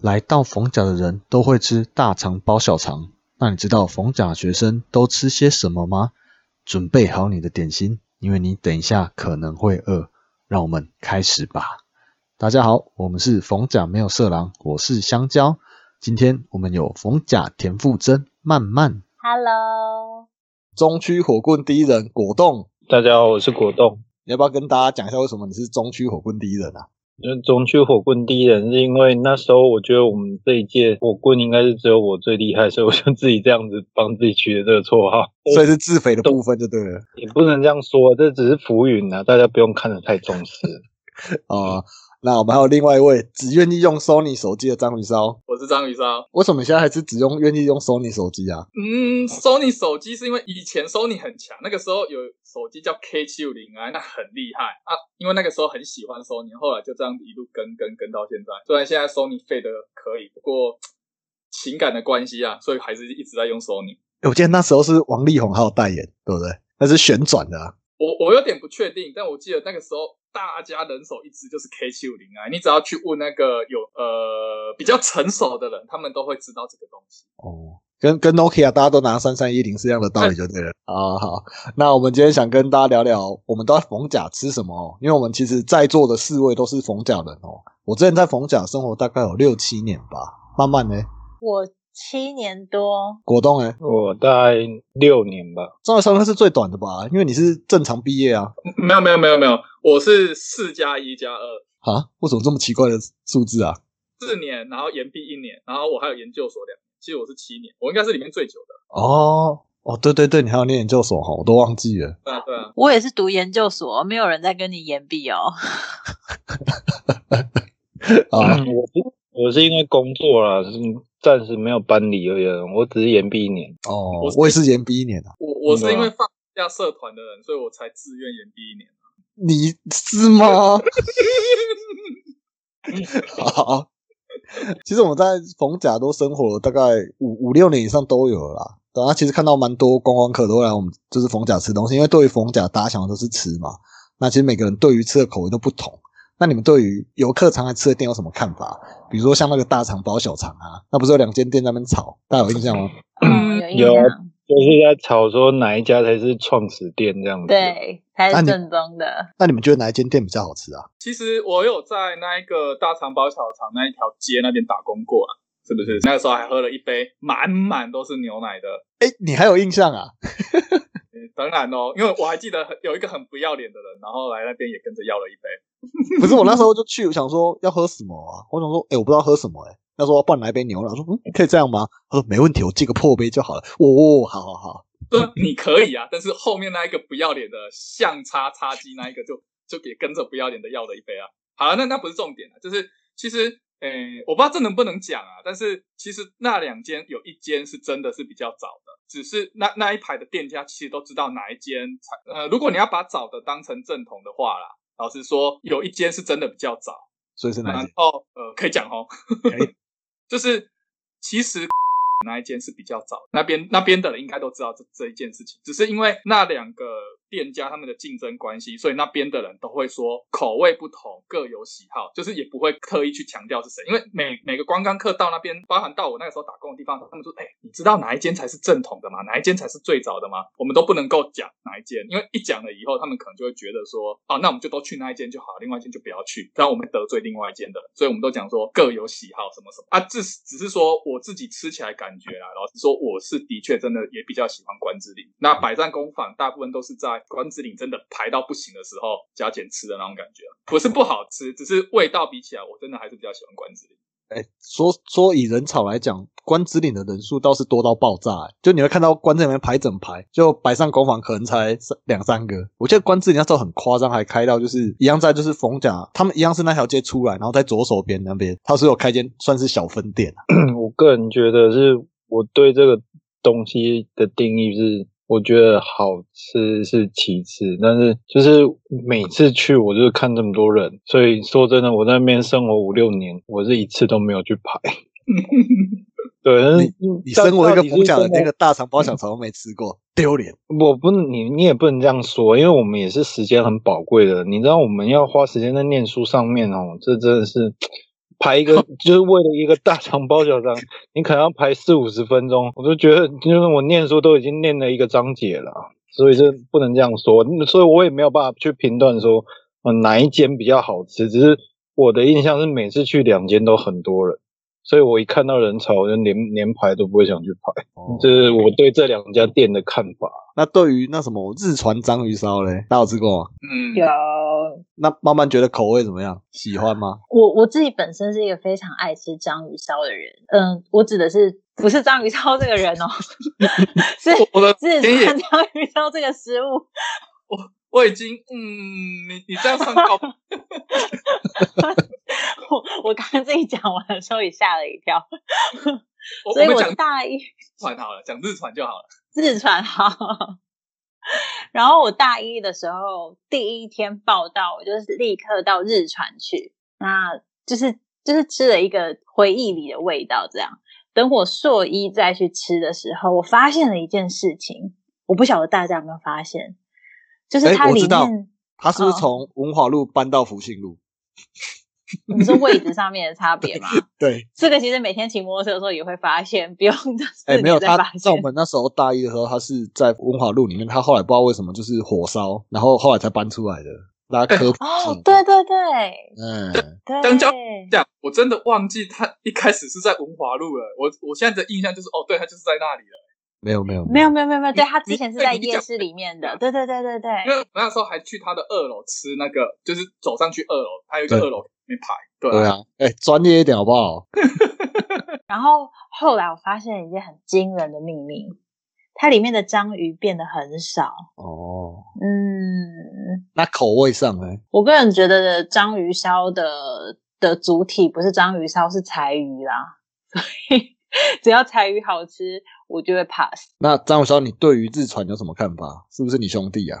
来到逢甲的人都会吃大肠包小肠。那你知道逢甲学生都吃些什么吗？准备好你的点心，因为你等一下可能会饿。让我们开始吧。大家好，我们是逢甲没有色狼，我是香蕉。今天我们有逢甲田馥甄、曼曼、 Hello，中区火棍第一人果冻。大家好，我是果冻。你要不要跟大家讲一下为什么你是中区火棍第一人啊？那中区火棍第一人是因为那时候我觉得我们这一届火棍应该是只有我最厉害，所以我就自己这样子帮自己取的这个绰号。所以是自肥的部分就对了也不能这样说，这只是浮云啊，大家不用看得太重视。哦、那我们还有另外一位只愿意用 Sony 手机的章鱼烧，我是章鱼烧。为什么你现在还是只用愿意用 Sony 手机啊？嗯，Sony 手机是因为以前 Sony 很强，那个时候有手机叫 K 七五零啊，那很厉害啊。因为那个时候很喜欢 Sony，后来就这样子一路跟跟跟到现在。虽然现在 Sony 废的可以，不过情感的关系啊，所以还是一直在用 Sony。诶我记得那时候是王力宏还有代言，对不对？那是旋转的、啊，我我有点不确定，但我记得那个时候大家人手一支就是 K 七五零啊，你只要去问那个有呃比较成熟的人，他们都会知道这个东西。哦，跟跟 Nokia 大家都拿三三一零是一样的道理就对了。 啊、好，那我们今天想跟大家聊聊，我们都在逢甲吃什么哦？因为我们其实在座的四位都是逢甲人哦。我之前在逢甲生活大概有六七年吧，慢慢呢，我七年多，果冻呢，我大概六年吧，张伟超应该是最短的吧，因为你是正常毕业啊。嗯没有没有没有没有，我是四加一加二，啊，为什么这么奇怪的数字啊？四年，然后延毕一年，然后我还有研究所两年，其实我是七年，我应该是里面最久的。哦哦，对对对，你还有念研究所哈，我都忘记了。对啊对啊，我也是读研究所，没有人在跟你言毕哦。啊，嗯我是我是因为工作啦，是暂时没有班里而已，我只是延毕一年。哦我，是我也是延毕一年啊。我我是因对为啊放不下社团的人，所以我才自愿延毕一年。啊你是 吗？好，其实我们在逢甲都生活了大概五五六年以上都有了啦。对啊，其实看到蛮多观光客都会来我们就是逢甲吃东西，因为对于逢甲大家想的都是吃嘛。那其实每个人对于吃的口味都不同。那你们对于游客常来吃的店有什么看法？比如说像那个大肠包小肠啊，那不是有两间店在那边吵，大家有印象吗？嗯，有印啊有象，就是在吵说哪一家才是创始店这样子。，对，才那是你正宗的。那你们觉得哪一间店比较好吃啊？其实我有在那一个大肠包小肠那一条街那边打工过啊，是不是？那个时候还喝了一杯满满都是牛奶的。哎，你还有印象啊？ 嗯当然哦，因为我还记得很有一个很不要脸的人，然后来那边也跟着要了一杯。不是我那时候就去，我想说要喝什么啊？我想说，哎、我不知道喝什么、欸，哎，那时候不然来杯牛奶，我说嗯，可以这样吗？他说没问题，我借个破杯就好了。哦，好好好，说 你可以啊，但是后面那一个不要脸的相叉叉鸡那一个就就也跟着不要脸的要了一杯啊。好了，那那不是重点啊，就是其实诶、我不知道这能不能讲啊，但是其实那两间有一间是真的是比较早的，只是那那一排的店家其实都知道哪一间才呃，如果你要把早的当成正统的话啦，老实说，有一间是真的比较早。所以是哪一然间？后呃，可以讲哦以， 就是其实 那一件是比较早，那边那边的人应该都知道这这一件事情，只是因为那两个店家他们的竞争关系，所以那边的人都会说口味不同，各有喜好，就是也不会刻意去强调是谁，因为每每个观光客到那边，包含到我那个时候打工的地方，他们说，哎、你知道哪一间才是正统的吗？哪一间才是最早的吗？我们都不能够讲哪一间，因为一讲了以后，他们可能就会觉得说，哦，那我们就都去那一间就好，另外一间就不要去，这样我们得罪另外一间的人。所以我们都讲说各有喜好什么什么啊，这是只是说我自己吃起来感觉啦，老实说，我是的确真的也比较喜欢关之琳。那百战工坊大部分都是在关之琳真的排到不行的时候加减吃的那种感觉啊，不是不好吃，只是味道比起来，我真的还是比较喜欢关之琳。 哎、说说以人潮来讲，关之岭的人数倒是多到爆炸、欸就你会看到关之岭排整排，就白上工坊可能才三两三个。我记得关之岭那时候很夸张，还开到就是一样在就是逢甲，他们一样是那条街出来，然后在左手边那边，他是有开间算是小分店啊。我个人觉得是我对这个东西的定义是，我觉得好吃是其次，但是就是每次去我就是看这么多人，所以说真的，我在那边生活五六年，我是一次都没有去排。对，但是你身为一个逢甲的那那个大肠包嗯小肠都没吃过，丢脸。我不，你你也不能这样说，因为我们也是时间很宝贵的。你知道，我们要花时间在念书上面哦，这真的是排一个，就是为了一个大肠包小肠， 你可能要排四五十分钟，我就觉得就是我念书都已经念了一个章节了啊，所以这不能这样说，所以我也没有办法去评断说，呃，哪一间比较好吃，只是我的印象是每次去两间都很多人。所以我一看到人潮，我就连连排都不会想去排，哦这是我对这两家店的看法。那对于那什么日船章鱼烧嘞，大家有吃过吗？嗯，有那慢慢觉得口味怎么样？喜欢吗？我我自己本身是一个非常爱吃章鱼烧的人，嗯，我指的是不是章鱼烧这个人哦，是我的是天野川章鱼烧这个食物， 我已经嗯，你你这样算高，我我刚刚自己讲完的时候也吓了一跳，我所以们我讲日大一传好了，讲日传就好了。自传好。 然后我大一的时候，第一天报道，我就是立刻到日传去，那就是就是吃了一个回忆里的味道。这样，等我硕一再去吃的时候，我发现了一件事情，我不晓得大家有没有发现，就是哎它我里知道面它是不是哦从文华路搬到福兴路？你说位置上面的差别吗？ 对，这个其实每天骑摩托车的时候也会发现，不用 这哎、四没有，年再他发在现我。们那时候大一的时候，他是在文华路里面，他后来不知道为什么就是火烧，然后后来才搬出来的。大家科普一下哦，对，对对嗯，对，当交这样，我真的忘记他一开始是在文华路了。我我现在的印象就是，哦，对，他就是在那里了。没有没有没有没有没有没有，对他之你前是对在你夜讲市里面的，对对对对对，因为我那时候还去他的二楼吃那个，就是走上去二楼，他有一个对二楼里面排。对对啊，啊，哎、专业一点好不好？然后后来我发现一件很惊人的秘密，它里面的章鱼变得很少。哦，嗯，那口味上呢？我个人觉得章鱼烧的的主体不是章鱼烧，是柴鱼啦，所以只要柴鱼好吃，我就会 pass。那张武潇，你对于日传有什么看法？是不是你兄弟啊？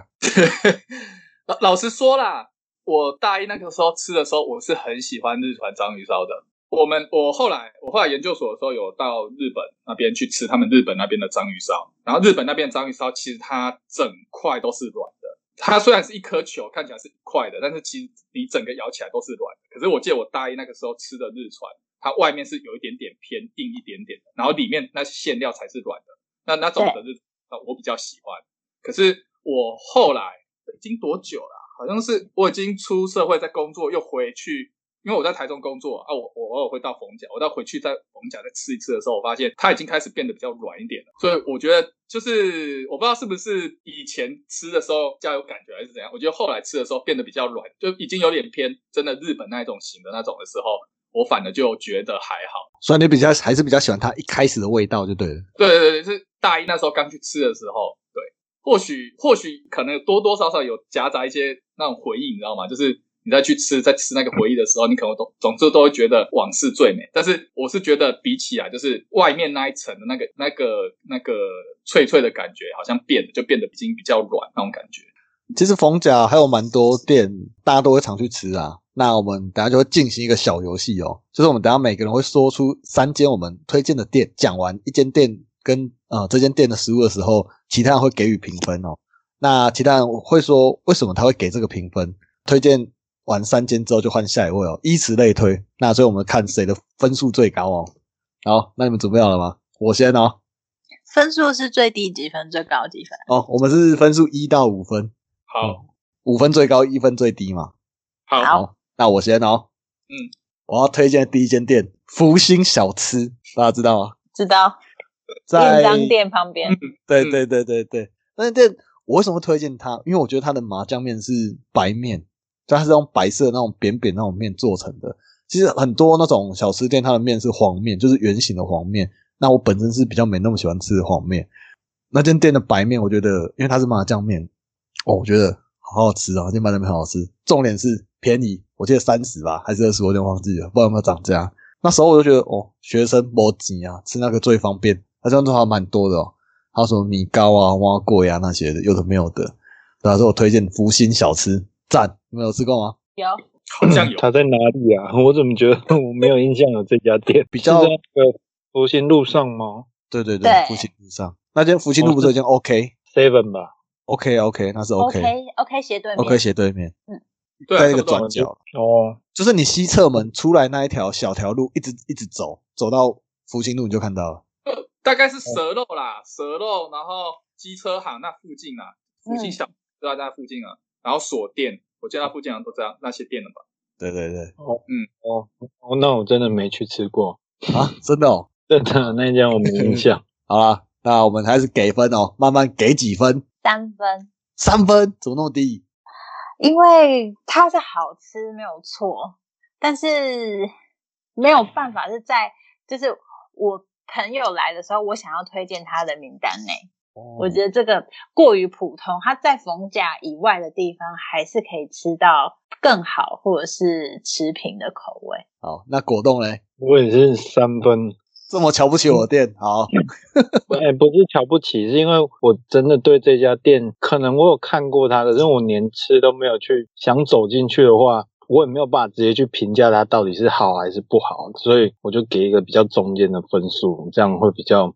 老老实说啦，我大一那个时候吃的时候，我是很喜欢日船章鱼烧的。我们我后来我后来研究所的时候，有到日本那边去吃他们日本那边的章鱼烧，然后日本那边的章鱼烧其实它整块都是软的。它虽然是一颗球，看起来是一块的，但是其实你整个咬起来都是软的。可是我记得我大一那个时候吃的日船，它外面是有一点点偏硬一点点的，然后里面那些馅料才是软的。那那种的日啊，我比较喜欢。可是我后来已经多久了啊、好像是我已经出社会在工作，又回去，因为我在台中工作啊，我我偶尔会到逢甲，我到回去在逢甲再吃一次的时候，我发现它已经开始变得比较软一点了。所以我觉得就是我不知道是不是以前吃的时候比较有感觉还是怎样，我觉得后来吃的时候变得比较软，就已经有点偏真的日本那一种型的那种的时候。我反而就觉得还好，所以你比较还是比较喜欢它一开始的味道就对了。对对对，是大一那时候刚去吃的时候，对，或许或许可能多多少少有夹杂一些那种回忆，你知道吗？就是你在去吃在吃那个回忆的时候，你可能总总之都会觉得往事最美。但是我是觉得比起来，就是外面那一层的那个那个那个脆脆的感觉，好像变了，就变得已经比较软那种感觉。其实逢甲还有蛮多店，大家都会常去吃啊。那我们等下就会进行一个小游戏哦，就是我们等下每个人会说出三间我们推荐的店，讲完一间店跟呃这间店的食物的时候，其他人会给予评分哦。那其他人会说为什么他会给这个评分？推荐完三间之后就换下一位哦，依此类推。那所以我们看谁的分数最高哦。好，那你们准备好了吗？我先哦。分数是最低几分，最高几分？哦，我们是分数一到五分，好，五分最高，一分最低嘛。好，好那我先哦。嗯，我要推荐的第一间店福星小吃，大家知道吗？知道在便当店旁边，对嗯对对对对，那间店我为什么会推荐它？因为我觉得它的麻酱面是白面，就它是用白色那种扁扁那种面做成的。其实很多那种小吃店，它的面是黄面，就是圆形的黄面。那我本身是比较没那么喜欢吃黄面，那间店的白面，我觉得因为它是麻酱面，哦，我觉得好好吃啊，那间麻酱面很好吃。重点是便宜，我记得三十吧，还是二十，我有点忘记了，不知道有没有涨价。那时候我就觉得，哦，学生没钱啊，吃那个最方便，它这样做还蛮多的哦。还有什么米糕啊、蛙粿啊那些的，有的没有的。对啊，所以我推荐福星小吃，赞！你们有吃过吗？有好像 有，它嗯在哪里啊？我怎么觉得我没有印象有这家店？ 比较是在那个福星路上吗对对对福星路上那间福星路不是有一间 OK ？Seven 吧， OK OK，那是 OK OK 斜对面 OK 斜对面。嗯对啊在一个差不多转角，哦，就是你西侧门出来那一条小条路，一直一直走，走到福兴路你就看到了。大概是蛇肉啦，蛇肉，然后机车行那附近啊，附近嗯小都在那附近啊，然后锁店，我记得那附近好像都这样那些店了吧？对对对，哦那我真的没去吃过，啊， 真的哦。真的那一家我没 印象。好啦，那我们还是给分哦，慢慢给几分？三分，三分，怎么那么低？因为它是好吃没有错，但是没有办法是在就是我朋友来的时候，我想要推荐他的名单内，哦我觉得这个过于普通，它在逢甲以外的地方还是可以吃到更好或者是持平的口味。好，那果冻嘞，我也是三分，这么瞧不起我的店，好，哎、不是瞧不起，是因为我真的对这家店，可能我有看过它，可是我连吃都没有去。想走进去的话，我也没有办法直接去评价它到底是好还是不好，所以我就给一个比较中间的分数，这样会比较，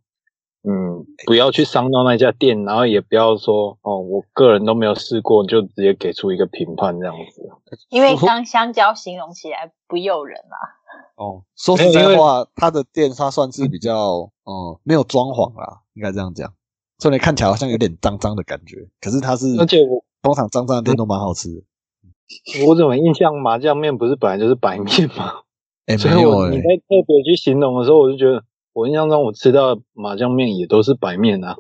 嗯，不要去伤到那家店，然后也不要说哦，我个人都没有试过，就直接给出一个评判这样子。因为刚香蕉形容起来不诱人啦、哦，说实在话，他的店它算是比较，嗯，没有装潢啦，应该这样讲，所以你看起来好像有点脏脏的感觉，可是它是，而且我通常脏脏的店都蛮好吃的。我怎么印象麻酱面不是本来就是白面吗？哎、所以没有我哎、你在特别去形容的时候，我就觉得，我印象中我吃到的麻酱面也都是白面啊。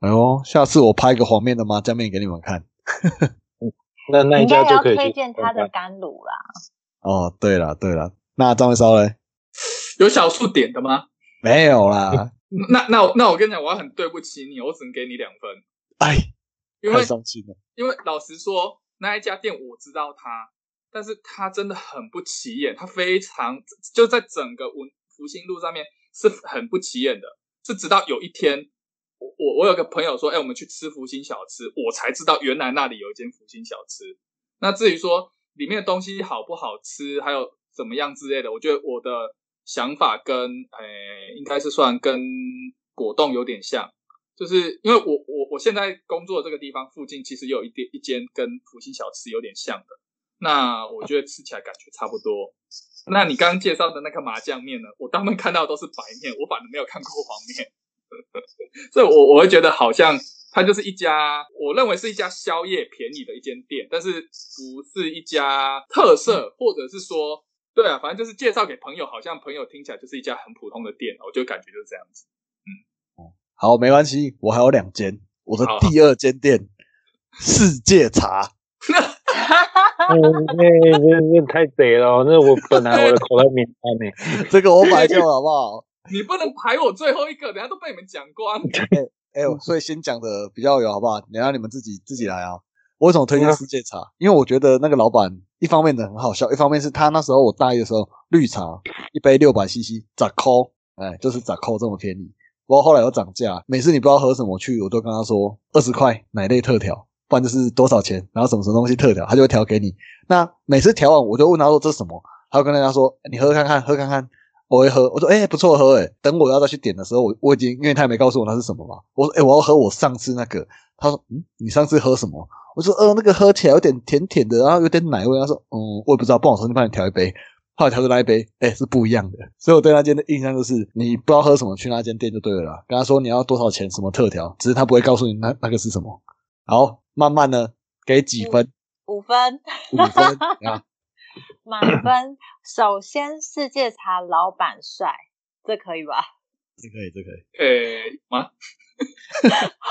哎呦，下次我拍一个黄面的麻酱面给你们看。那那你一应该家也就要可以去推荐他的看看甘露啦。哦，对了对了，那张文烧嘞？有小数点的吗？没有 啦，那那我那我跟你讲，我要很对不起你，我只能给你两分，哎，因为太伤心了。因为老实说，那一家店我知道它，但是它真的很不起眼，它非常就在整个文福兴路上面是很不起眼的。是直到有一天，我我我有个朋友说，哎、我们去吃福星小吃，我才知道原来那里有一间福星小吃。那至于说里面的东西好不好吃，还有怎么样之类的，我觉得我的想法跟诶、应该是算跟果冻有点像。就是因为我我我现在工作的这个地方附近，其实有一店一间跟福星小吃有点像的，那我觉得吃起来感觉差不多。那你刚刚介绍的那个麻酱面呢？我大部分看到都是白面，我反而没有看过黄面， 所以我我会觉得好像它就是一家，我认为是一家宵夜便宜的一间店，但是不是一家特色，或者是说，对啊，反正就是介绍给朋友，好像朋友听起来就是一家很普通的店，我就感觉就是这样子。好，没关系，我还有两间，我的好第二间店世界茶。嗯，那那那太贼了，那我本来我的口袋名单呢、这个我摆掉了好不好？你不能排我最后一个，等下都被你们讲光。哎、呦，所以先讲的比较有好不好？你让你们自己自己来啊。我为什么推荐世界茶？因为我觉得那个老板一方面的很好笑，一方面是他那时候我大一的时候，绿茶一杯六百 CC，咋抠？哎，就是咋抠这么便宜。不过后来有涨价，每次你不知道喝什么去，我都跟他说二十块奶类特调，不然就是多少钱，然后什么什么东西特调，他就会调给你。那每次调完，我就问他说这是什么，他就跟人家说哎你喝看看，喝看看。我会喝，我说哎、不错喝哎、等我要再去点的时候，我我已经因为他也没告诉我那是什么嘛，我说哎、我要喝我上次那个，他说嗯你上次喝什么？我说呃那个喝起来有点甜甜的，然后有点奶味。他说嗯我也不知道，不好说，你帮你调一杯。后来调出那一杯，哎、是不一样的。所以我对那间的印象就是，你不知道喝什么，去那间店就对了啦。跟他说你要多少钱，什么特调，只是他不会告诉你那那个是什么。好，慢慢呢，给几分？五分， 五分啊，满分。首先，世界茶老板帅，这可以吧？这可以，这可以。诶、吗？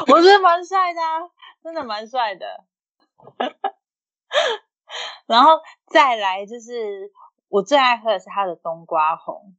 我觉得蛮帅的、啊， 真的蛮帅的。 然后再来就是我最爱喝的是它的冬瓜红，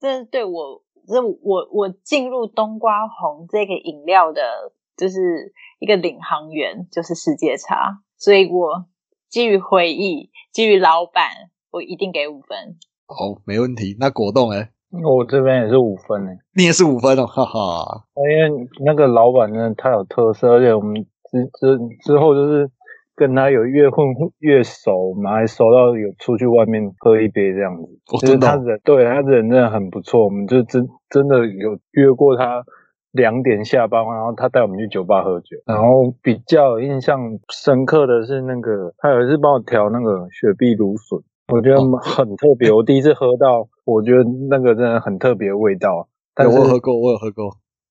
这是对我，这是我我进入冬瓜红这个饮料的，就是一个领航员，就是世界茶，所以我基于回忆，基于老板，我一定给五分。 好，没问题。那果冻哎、我这边也是五分呢、你也是五分哦，哈哈。因为那个老板真的太有特色，而且我们之之之后就是跟他有越混越熟，我们还熟到有出去外面喝一杯这样子。哦就是真的他哦人对他人真的很不错，我们就真真的有约过他两点下班，然后他带我们去酒吧喝酒，嗯然后比较印象深刻的是那个，他有一次帮我调那个雪碧芦笋，我觉得哦很特别，我第一次喝到，我觉得那个真的很特别的味道。但有是我有喝过，我有喝过。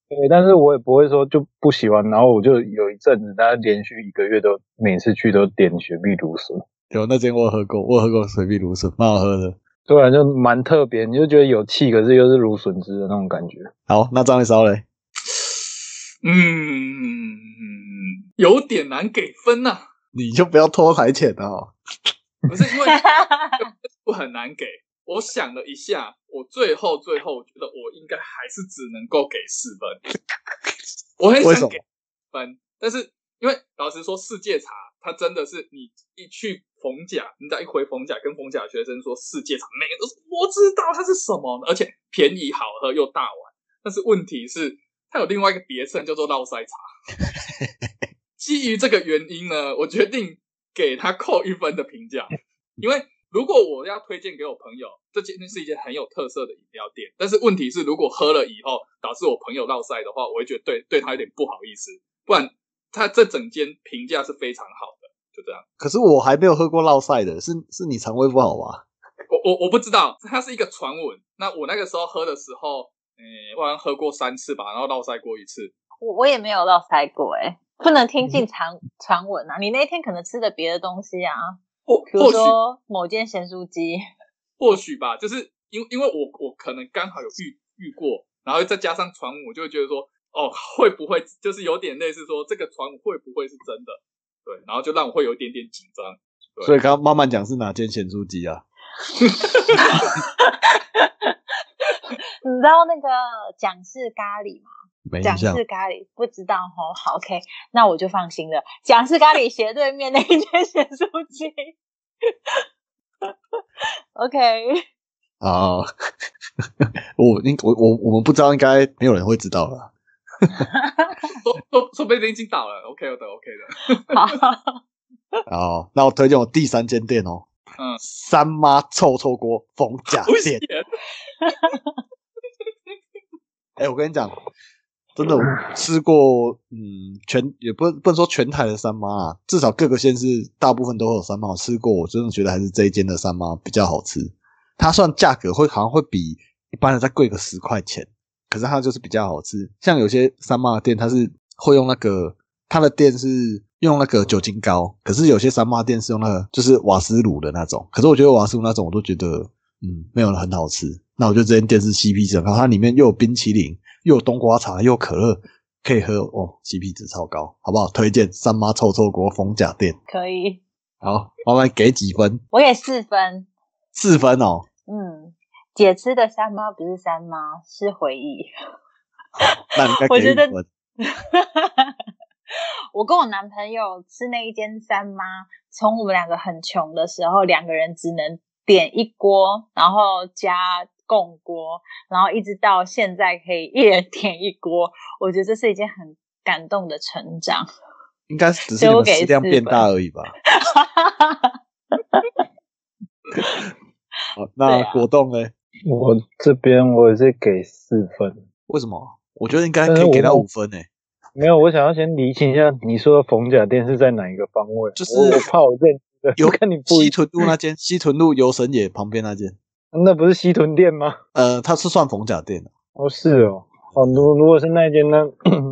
对，但是我也不会说就不喜欢，然后我就有一阵子，大概连续一个月都每次去都点雪碧芦笋，有那间我有喝过，我有喝过水碧芦笋，蛮好喝的。对啊，就蛮特别，你就觉得有气，可是又是芦笋汁的那种感觉。好，那张一烧嘞，嗯，有点难给分呐、你就不要拖台前了哦。不是因为我很难给。我想了一下，我最后最后，我觉得我应该还是只能够给四分。 我很为什么想给分，但是因为老实说，世界茶它真的是你一去逢甲，你只要一回逢甲，跟逢甲学生说世界茶，每个人都说我知道它是什么，而且便宜好喝又大碗。但是问题是，它有另外一个别称叫做绕塞 茶。基于这个原因呢，我决定给他扣一分的评价，因为如果我要推荐给我朋友，这间是一间很有特色的饮料店，但是问题是，如果喝了以后导致我朋友落塞的话，我会觉得对对他有点不好意思，不然他这整间评价是非常好的，就这样。可是我还没有喝过烙赛的，是是你肠胃不好吧？我我我不知道，它是一个传闻。那我那个时候喝的时候，诶、我好像喝过三次吧，然后落塞过一次。我我也没有到塞过哎、不能听信传传闻啊！你那天可能吃的别的东西啊，或比如或许说某间咸酥鸡， 或许吧，就是因因为我我可能刚好有遇遇过，然后再加上传闻，我就会觉得说，哦，会不会就是有点类似说这个传闻会不会是真的？对，然后就让我会有一点点紧张。对所以刚刚慢慢讲是哪间咸猪鸡啊？你知道那个蒋氏咖喱吗？没蒋印象氏咖喱不知道哦，好 OK，那我就放心了。蒋氏咖喱斜对面那一间咸酥鸡，OK， 啊。 我应我我我们不知道，应该没有人会知道了。说说说不定已经倒了，OK 的，OK 的。好。哦，那我推荐我第三间店哦，嗯三妈臭臭锅逢甲不店行。，哎、我跟你讲，真的我吃过，嗯，全也不不能说全台的三妈啊，至少各个县市大部分都会有三妈。我吃过，我真的觉得还是这一间的三妈比较好吃。它算价格会好像会比一般的再贵个十块钱，可是它就是比较好吃。像有些三妈的店，它是会用那个它的店是用那个酒精膏，可是有些三妈店是用那个就是瓦斯炉的那种。可是我觉得瓦斯炉那种我都觉得嗯，没有很好吃。那我觉得这间店是 CP 值很高，它里面又有冰淇淋，又有冬瓜茶，又有可乐可以喝，哦，CP 值超高，好不好？推荐三妈臭臭锅逢甲店。可以，好，麻烦给几分？我给四分。四分哦。嗯，姐吃的三妈不是三妈，是回忆。那你该我给觉得五分。 我跟我男朋友吃那一间三妈，从我们两个很穷的时候，两个人只能点一锅，然后加共锅，然后一直到现在可以一人点一锅，我觉得这是一件很感动的 成长。应该只是所以你我们给食量四变大分而已吧。好，那对啊果冻呢？我这边我也是给四分，为什么？我觉得应该但可以是呃我给到忘五分欸诶、没有，我想要先厘清一下，你说的逢甲店是在哪一个方位？就是我我怕我认识有的， 跟你不一西，屯路那间，西屯路游神野旁边那间，那不是西屯店吗？呃，它是算逢甲店的。哦，是哦。哦，如如果是那一间，那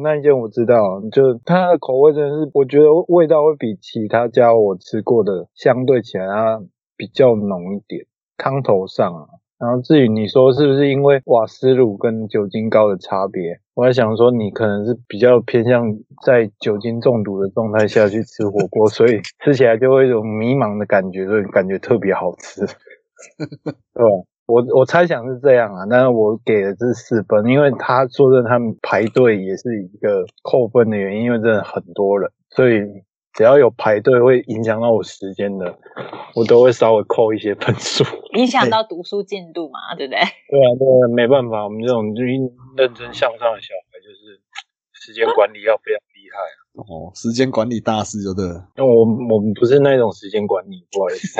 那一间我知道，哦就它的口味真的是，我觉得味道会比其他家我吃过的相对起来，它比较浓一点，汤头上啊。然后至于你说是不是因为瓦斯炉跟酒精膏的差别，我在想说你可能是比较偏向在酒精中毒的状态下去吃火锅，所以吃起来就会有一种迷茫的感觉，所以感觉特别好吃， 对吧？我我猜想是这样啊，但是我给的是四分，因为他说真的，他们排队也是一个扣分的原因，因为真的很多人，所以只要有排队会影响到我时间的，我都会稍微扣一些分数。 影响到读书进度嘛，对不对？对啊，对啊，没办法，我们这种就是认真向上的小孩，就是时间管理要非常厉害。啊哦，时间管理大师就对了。因为我我们不是那种时间管理，不好意思。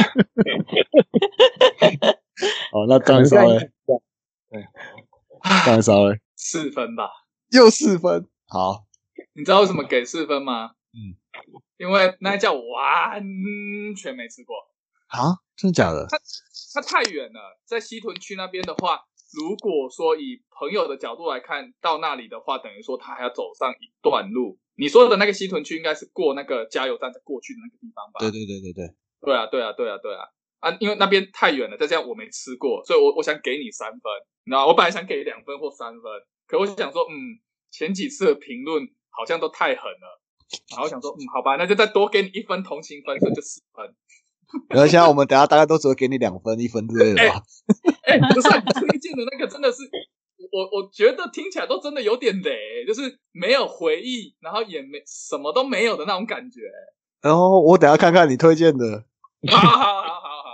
哦，那张一烧嘞，对，张一烧嘞，四分吧， 又四分，好，你知道为什么给四分吗？嗯，因为那一家我完全没吃过，啊，真的假的？它太远了，在西屯区那边的话，如果说以朋友的角度来看，到那里的话，等于说他还要走上一段路。你说的那个西屯区应该是过那个加油站再过去的那个地方吧？对对对对对，对啊，对啊，对啊，对啊，啊，因为那边太远了，再加上我没吃过，所以我我想给你三分，你知道吗，我本来想给两分或三分，可我想说，嗯，前几次的评论好像都太狠了，然后想说，嗯，好吧，那就再多给你一分同情分，所以就四分。然后现啊在我们等一下大概都只会给你两分、一分之类的吧。 哎，不是、啊、你推荐的那个真的是，我我觉得听起来都真的有点雷，就是没有回忆，然后也没什么都没有的那种感觉。 然后我等一下看看你推荐的，好好好好好好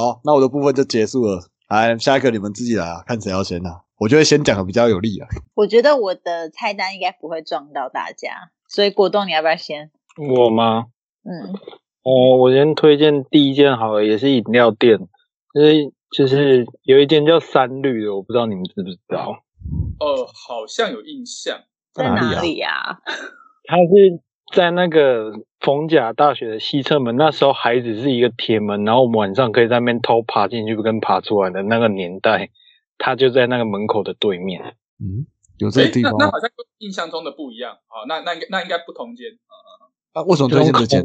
好，好，那我的部分就结束了。来，下一个你们自己来啊，看谁要先啊。我觉得先讲的比较有利啊。我觉得我的菜单应该不会撞到大家，所以果冻你要不要先？我吗？嗯，哦，我先推荐第一间好了，也是饮料店，就是就是有一间叫三绿的，我不知道你们知不知道，哦、好像有印象，在在哪里啊哪里呀、它是在那个逢甲大学的西侧门，那时候还只是一个铁门，然后我们晚上可以在那边偷爬进去跟爬出来的那个年代，它就在那个门口的对面。嗯，有这哎个地那方那好像跟印象中的不一样啊，那那应该那应该不同间啊，啊？为什么推荐这间？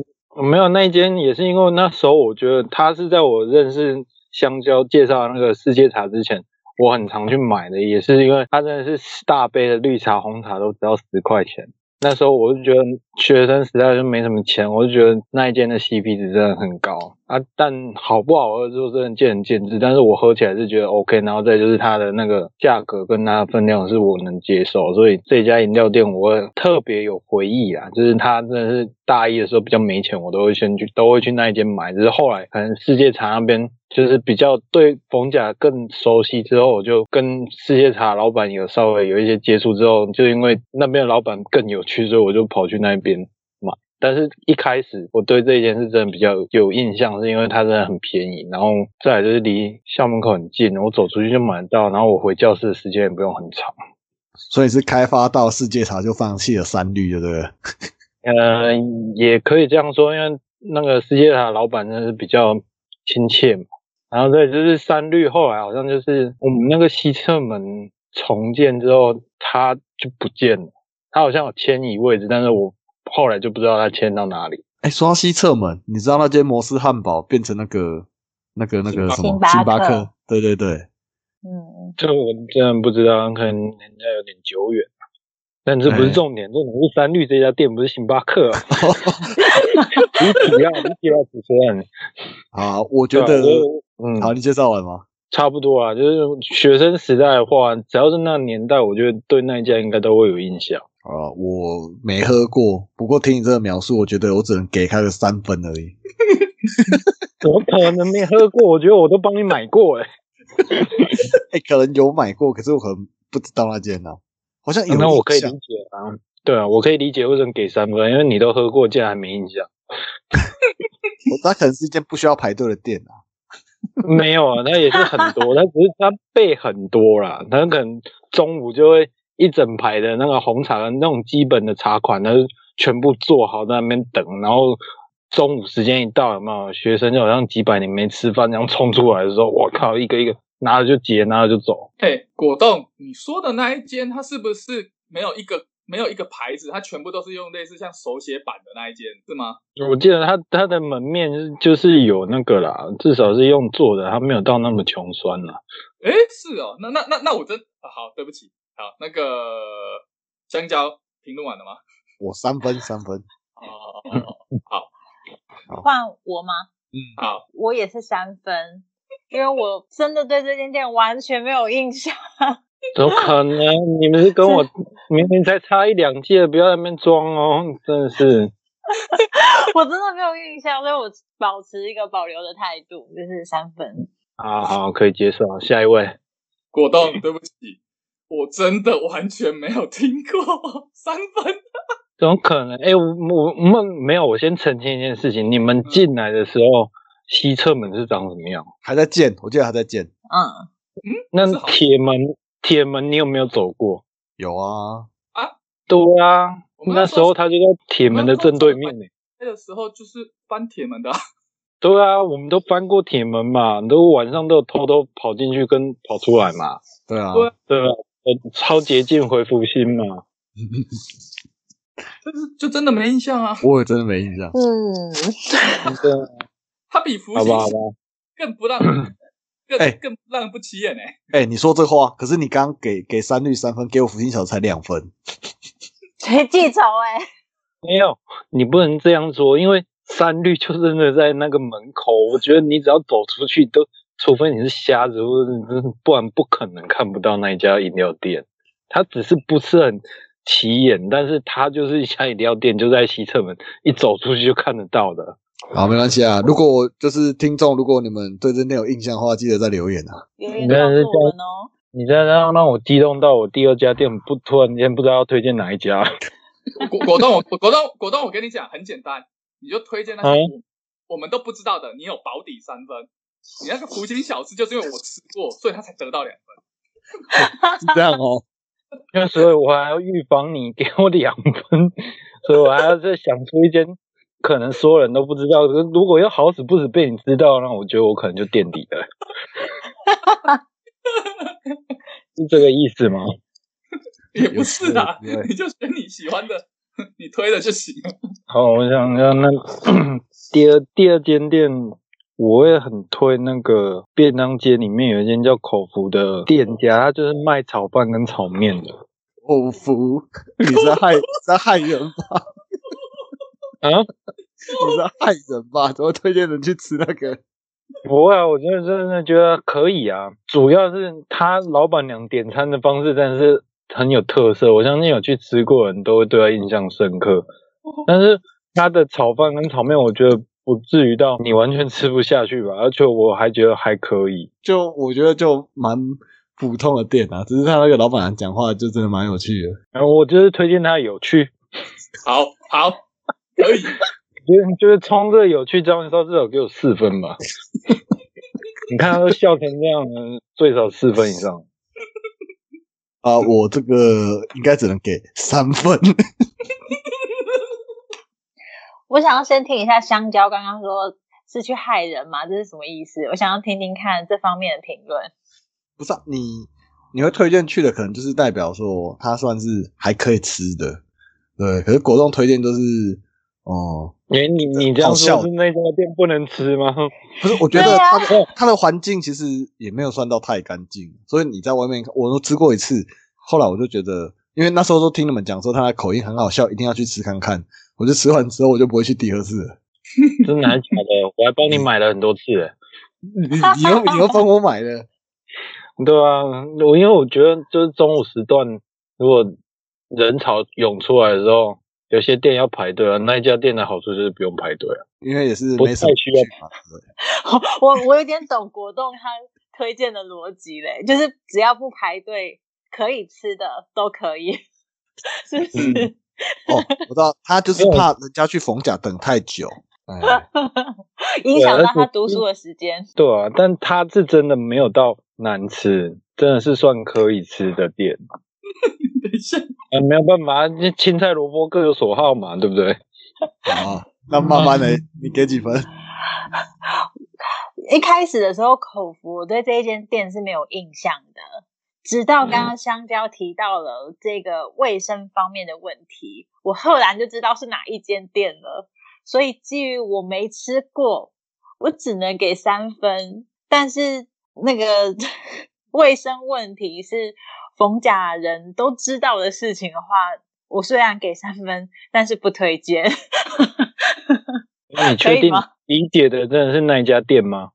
没有那一间也是因为那时候我觉得它是在我认识香蕉介绍的那个世界茶之前，我很常去买的，也是因为它真的是大杯的绿茶、红茶都只要十块钱。那时候我就觉得学生时代就没什么钱，我就觉得那一间的 CP 值真的很高啊。但好不好喝就真的见仁见智，但是我喝起来是觉得 OK，然后再就是它的那个价格跟它的分量是我能接受，所以这家饮料店我会特别有回忆啊。就是它真的是大一的时候比较没钱，我都会先去都会去那一间买，只是后来可能世界茶那边。就是比较对逢甲更熟悉之后，我就跟世界茶老板有稍微有一些接触之后，就因为那边的老板更有趣，所以我就跑去那边买。但是一开始我对这一间是真的比较有印象，是因为它真的很便宜，然后再来就是离校门口很近，我走出去就买得到，然后我回教室的时间也不用很长。所以是开发到世界茶就放弃了三绿，对不对了？呃，也可以这样说，因为那个世界塔老板真的是比较亲切嘛。然后再就是三绿，后来好像就是我们那个西侧门重建之后，它就不见了。它好像有迁移位置，但是我后来就不知道它迁到哪里。哎，说到西侧门，你知道那间摩斯汉堡变成那个、那个、那个什么星巴克星巴克？对对对， 嗯，这我真的不知道，可能年代有点久远。但这不哎是重点，重点是三绿这家店不是星巴克、 啊。你主要你主要主持人，好，我觉得对啊我嗯，好，你介绍完吗？差不多啊，就是学生时代的话，只要是那个年代，我觉得对那一家应该都会有印象。啊，我没喝过，不过听你这个描述，我觉得我只能给他个三分而已。怎么可能没喝过？我觉得我都帮你买过哎、哎，可能有买过，可是我可能不知道那间呢、好像有 那我可以印理象解啊，对啊，我可以理解为什么给三分，因为你都喝过，竟然还没印象。我那可能是一间不需要排队的店啊。 没有啊，那也是很多，它只是它备很多啦，它可能中午就会一整排的那个红茶的那种基本的茶款，它就全部做好在那边等，然后中午时间一到，有没有学生就好像几百年没吃饭，然后冲出来的时候，我靠，一个一个拿了就结，拿了就走。哎，果冻，你说的那一间，它是不是没有一个没有一个牌子，它全部都是用类似像手写版的那一间，是吗？我记得它它的门面是就是有那个啦，至少是用做的，它没有到那么穷酸啦。哎，是哦，那那那那我真、啊好，对不起，好，那个香蕉评论完了吗？我三分三分，哦，哦哦换我吗？嗯，好，我也是三分，因为我真的对这间店完全没有印象。 怎么可能？你们是跟我明明才差一两届，不要在那边装哦，真的是。我真的没有印象，所以我保持一个保留的态度，就是三分。好啊好，可以接受。下一位，果冻，对不起，我真的完全没有听过三分。怎么可能？哎、我我我们没有。我先澄清一件事情：你们进来的时候，西侧门是长什么样？还在建，我记得还在建。嗯，那是好铁门，铁门你有没有走过？有啊，对啊，我们要那时候他就在铁门的正对我面们呢、那个时候就是翻铁门的、啊，对啊，我们都翻过铁门嘛，你都晚上都有偷偷跑进去跟跑出来嘛，对啊，对啊对吧、呃，超捷径回复心嘛， 就是就真的没印象啊。我也真的没印象。嗯，对啊，他比福好星吧，好吧，更不让人，更、哎更不让人不起眼哎、哎、你说这话，可是你刚刚给给三绿三分，给我福星小子才两分。谁记仇哎、没有，你不能这样说，因为三绿 就真的在那个门口，我觉得你只要走出去都，除非你是瞎子，或者你真的不然不可能看不到那一家饮料店，它只是不是很起眼，但是它就是一家饮料店，就在西侧门，一走出去就看得到的。好，没关系啊。如果我就是听众，如果你们对这内有印象的话，记得再留言啊。有点你看告人诉我们哦。你这样让我激动到我第二家店不突然间不知道要推荐哪一家，果果冻，我果冻果冻，我跟你讲，很简单，你就推荐那些哎我我们都不知道的，你有保底三分。你那个福星小吃，就是因为我吃过，所以他才得到两 分。是这样哦。那所以我还要预防你给我两分，所以我还要再想出一间可能所有人都不知道，如果要好死不死被你知道，那我觉得我可能就垫底了，是这个意思吗？也不是啊，也是对你就选你喜欢的，你推了就行了。好，我想要那第二第二间店，我会很推那个便当街里面有一间叫口福的店家，它就是卖炒饭跟炒面的。口哦福，你是在害你是在害人吧？啊，你是在害人吧？怎么推荐人去吃那个？不会啊，我真的真的觉得可以啊。主要是他老板娘点餐的方式真的是很有特色，我相信有去吃过的人都会对他印象深刻。哦但是他的炒饭跟炒面，我觉得不至于到你完全吃不下去吧，而且我还觉得还可以。就我觉得就蛮普通的店啊，只是他那个老板娘讲话就真的蛮有趣的。然后我就是推荐他有趣，好好，可 以。就是就是冲着有趣招你说至少给我四分 吧。你看他都笑成这样了，最少四分以上。啊，我这个应该只能给三分。我想要先听一下香蕉刚刚说是去害人吗？这是什么意思？我想要听听看这方面的评论。不是、啊、你，你会推荐去的，可能就是代表说它算是还可以吃的，对。可是果冻推荐就是，哦、哎，你你这样好笑说是那家店不能吃吗？不是，我觉得对啊它的、它的环境其实也没有算到太干净，所以你在外面我都吃过一次，后来我就觉得，因为那时候都听你们讲说它的口音很好笑，一定要去吃看看。我就吃完之后，我就不会去第二次了。 真的还是假的？我还帮你买了很多次欸耶。你你又你又帮我买了，对啊，我因为我觉得就是中午时段，如果人潮涌出来的时候，有些店要排队啊。那一家店的好处就是不用排队啊。因为也是不没什么太需要去嘛对我我有点懂果冻他推荐的逻辑嘞，就是只要不排队，可以吃的都可以， 是不嗯是？哦，我知道他就是没有怕人家去逢甲等太久，哎， 影响到对而他且读书的时间。对啊，但它是真的没有到难吃，真的是算可以吃的店。等一下，啊，没有办法，那青菜萝卜各有所好嘛，对不对？好， 那慢慢的，你给几分？一开始的时候，口服我对这一间店是没有印象的，直到刚嗯刚香蕉提到了这个卫生方面的问题，我赫然就知道是哪一间店了。所以基于我没吃过，我只能给三分。但是那个 卫生问题是逢甲人都知道的事情的话，我虽然给三分，但是不推荐。你可确以定吗理解的真的是那一家店吗？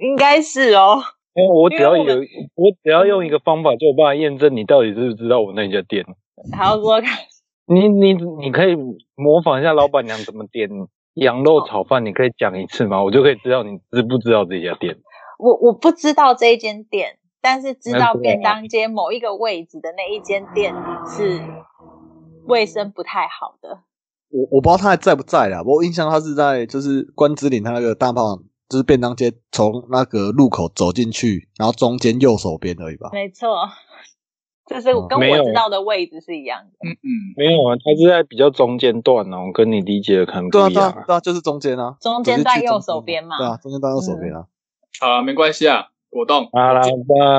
应该是哦，因为我因为只要我嗯有，我只要用一个方法就有办法验证你到底知不知道我那家店。好，我看你你你可以模仿一下老板娘怎么点羊肉炒饭，你可以讲一次吗？我就可以知道你知不知道这家店。我我不知道这一间店，但是知那道不便然当街某一个位置的那一间店是卫生不太好的。我我不知道他还在不在啦，我印象他是在就是关之琳他那个大炮，就是便当街从那个路口走进去，然后中间右手边而已吧。没错，这是哦跟没有我知道的位置是一样的。嗯嗯，没有啊，它是在比较中间段呢、我跟你理解的可能不对啊，一对样、啊，对啊，就是中间啊，中间直接在去右中手边嘛嗯对啊，中间在右手边啊。好了，没关系啊，果 冻，好啦，那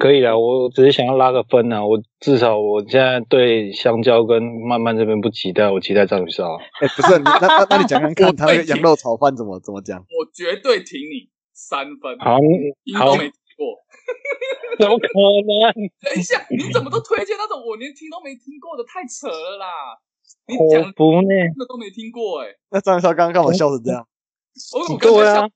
可以了。我只是想要拉个分啊，我至少我现在对香蕉跟慢慢这边不期待，我期待章鱼烧。啊哎、不是，你那那那你讲讲看，他那我个最羊肉炒饭怎么怎么讲？我绝对挺你三分，好，一好都，没听过。怎么可能？等一下，你怎么都推荐那种我连听都没听过的？太扯了啦！你口讲服呢？的都没听过哎、那张少刚刚干嘛笑成这 样？我我刚才对想啊，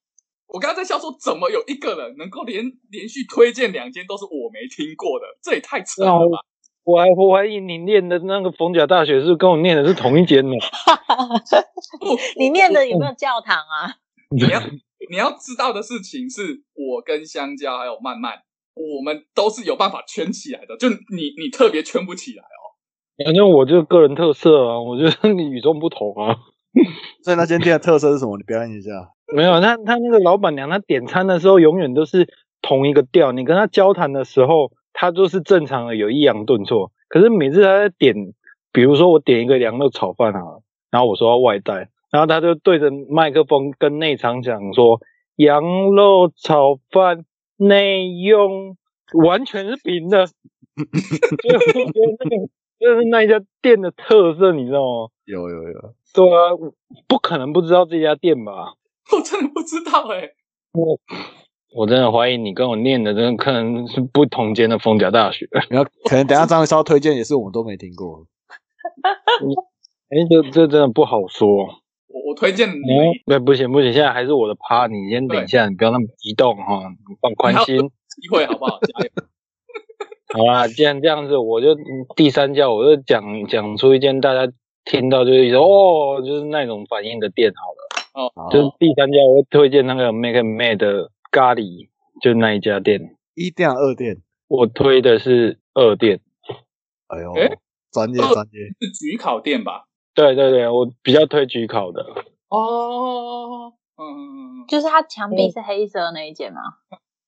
我刚刚在笑说，怎么有一个人能够连连续推荐两间都是我没听过的？这也太扯了吧！我还我怀疑你念的那个逢甲大学是不是跟我念的是同一间呢。不，你念的有没有教堂啊？你要 你要知道的事情是，我跟香蕉还有曼曼，我们都是有办法圈起来的，就你你特别圈不起来。反正我就个人特色啊，我觉得 你与众不同啊。所以那间店的特色是什么？你表演一下。没有，他他那个老板娘，她点餐的时候永远都是同一个调。你跟她交谈的时候，她就是正常的有抑扬顿挫。可是每次她在点，比如说我点一个羊肉炒饭啊，然后我说要外带，然后她就对着麦克风跟内场讲说羊肉炒饭内用，完全是平的。 所以我就觉得那个就是那一家店的特色，你知道吗？有有有，对啊，我不可能不知道这家店吧？我真的不知道哎、我真的怀疑你跟我念的，真的可能是不同间的逢甲大学。然后可能等一下张少推荐也是我们都没听过。哎，这这真的不好说。我我推荐你们嗯，对，不行不行，现在还是我的趴，你先等一下，你不要那么激动哈，你放宽心。机会好不好？加油！好啦，既然这样子，我就嗯第三家我就讲讲出一间大家听到就是说哦，就是那种反应的店好了。好，就是第三家我会推荐那个 Make and Made 的咖喱，就是那一家店。一店二店，我推的是二店。哎呦诶，专业哦二专业。是焗烤店吧？对对对，我比较推焗烤的。哦，嗯就是它墙壁是黑色的那一间吗？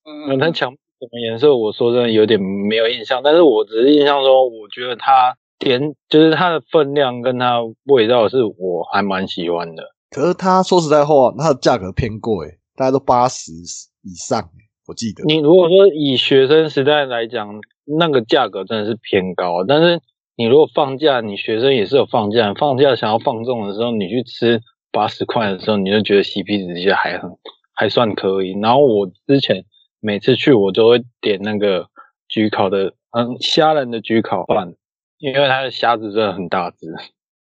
嗯嗯，它嗯，墙壁什么颜色，我说真的有点没有印象，但是我只是印象中，我觉得它点就是它的分量跟它味道是我还蛮喜欢的。可是他说实在话，它的价格偏贵，大概都八十以上，我记得。你如果说以学生时代来讲，那个价格真的是偏高，啊但是你如果放假，你学生也是有放假，放假想要放纵的时候，你去吃八十块的时候，你就觉得 CP 值其实还很还算可以。然后我之前每次去，我都会点那个焗烤的，嗯，虾仁的焗烤饭，因为它的虾子真的很大只，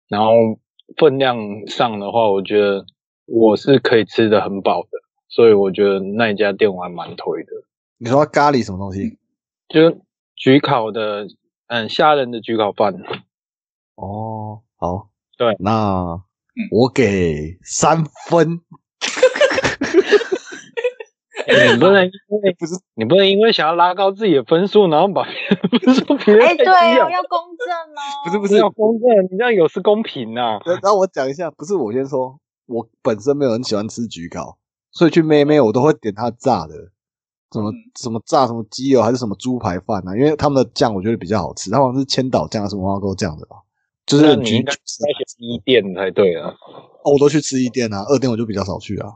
然后分量上的话，我觉得我是可以吃的很饱的，所以我觉得那一家店我还蛮推的。你说它咖喱什么东嗯西？就是焗烤的，嗯，虾仁的焗烤 饭。哦，好，对，那嗯我给三分。你不能因 为不是你不能因为想要拉高自己的分数，然后把别人的分 数别哎、人对太低哦，啊。要公正哦。不是不不要公正，你这样有失公平呐、那那我讲一下，不是我先说，我本身没有很喜欢吃焗烤，所以去妹妹我都会点它炸的，什么嗯什么炸什么鸡油还是什么猪排饭啊，因为他们的酱我觉得比较好吃，他们是千岛酱还是麻花沟酱的吧，就是那很啊你应焗该焗啊要选一店才对啊。啊哦，我都去吃一店啊，二店我就比较少去啊。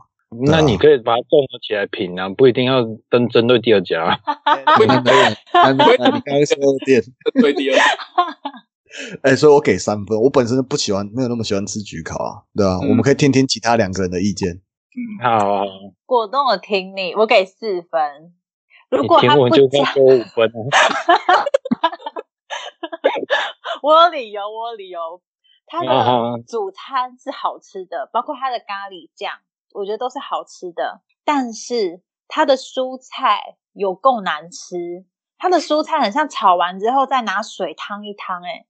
那你可以把它综合起来评啊，不一定要针针对第二家。 那那那那那你刚才说二店，对第二， 哎、所以我给三分。我本身不喜欢，没有那么喜欢吃焗烤啊，对啊，嗯我们可以听听其他两个人的意见。嗯，好好，好果冻，我挺你，我给四分。如你果他听不我就该加，多五分啊。 我有理由，我有理由。 他啊的哈主餐是好吃的，包括他的咖喱酱，我觉得都是好吃的。但是他的蔬菜有够难吃，他的蔬菜很像炒完之后再拿水烫一烫、哎，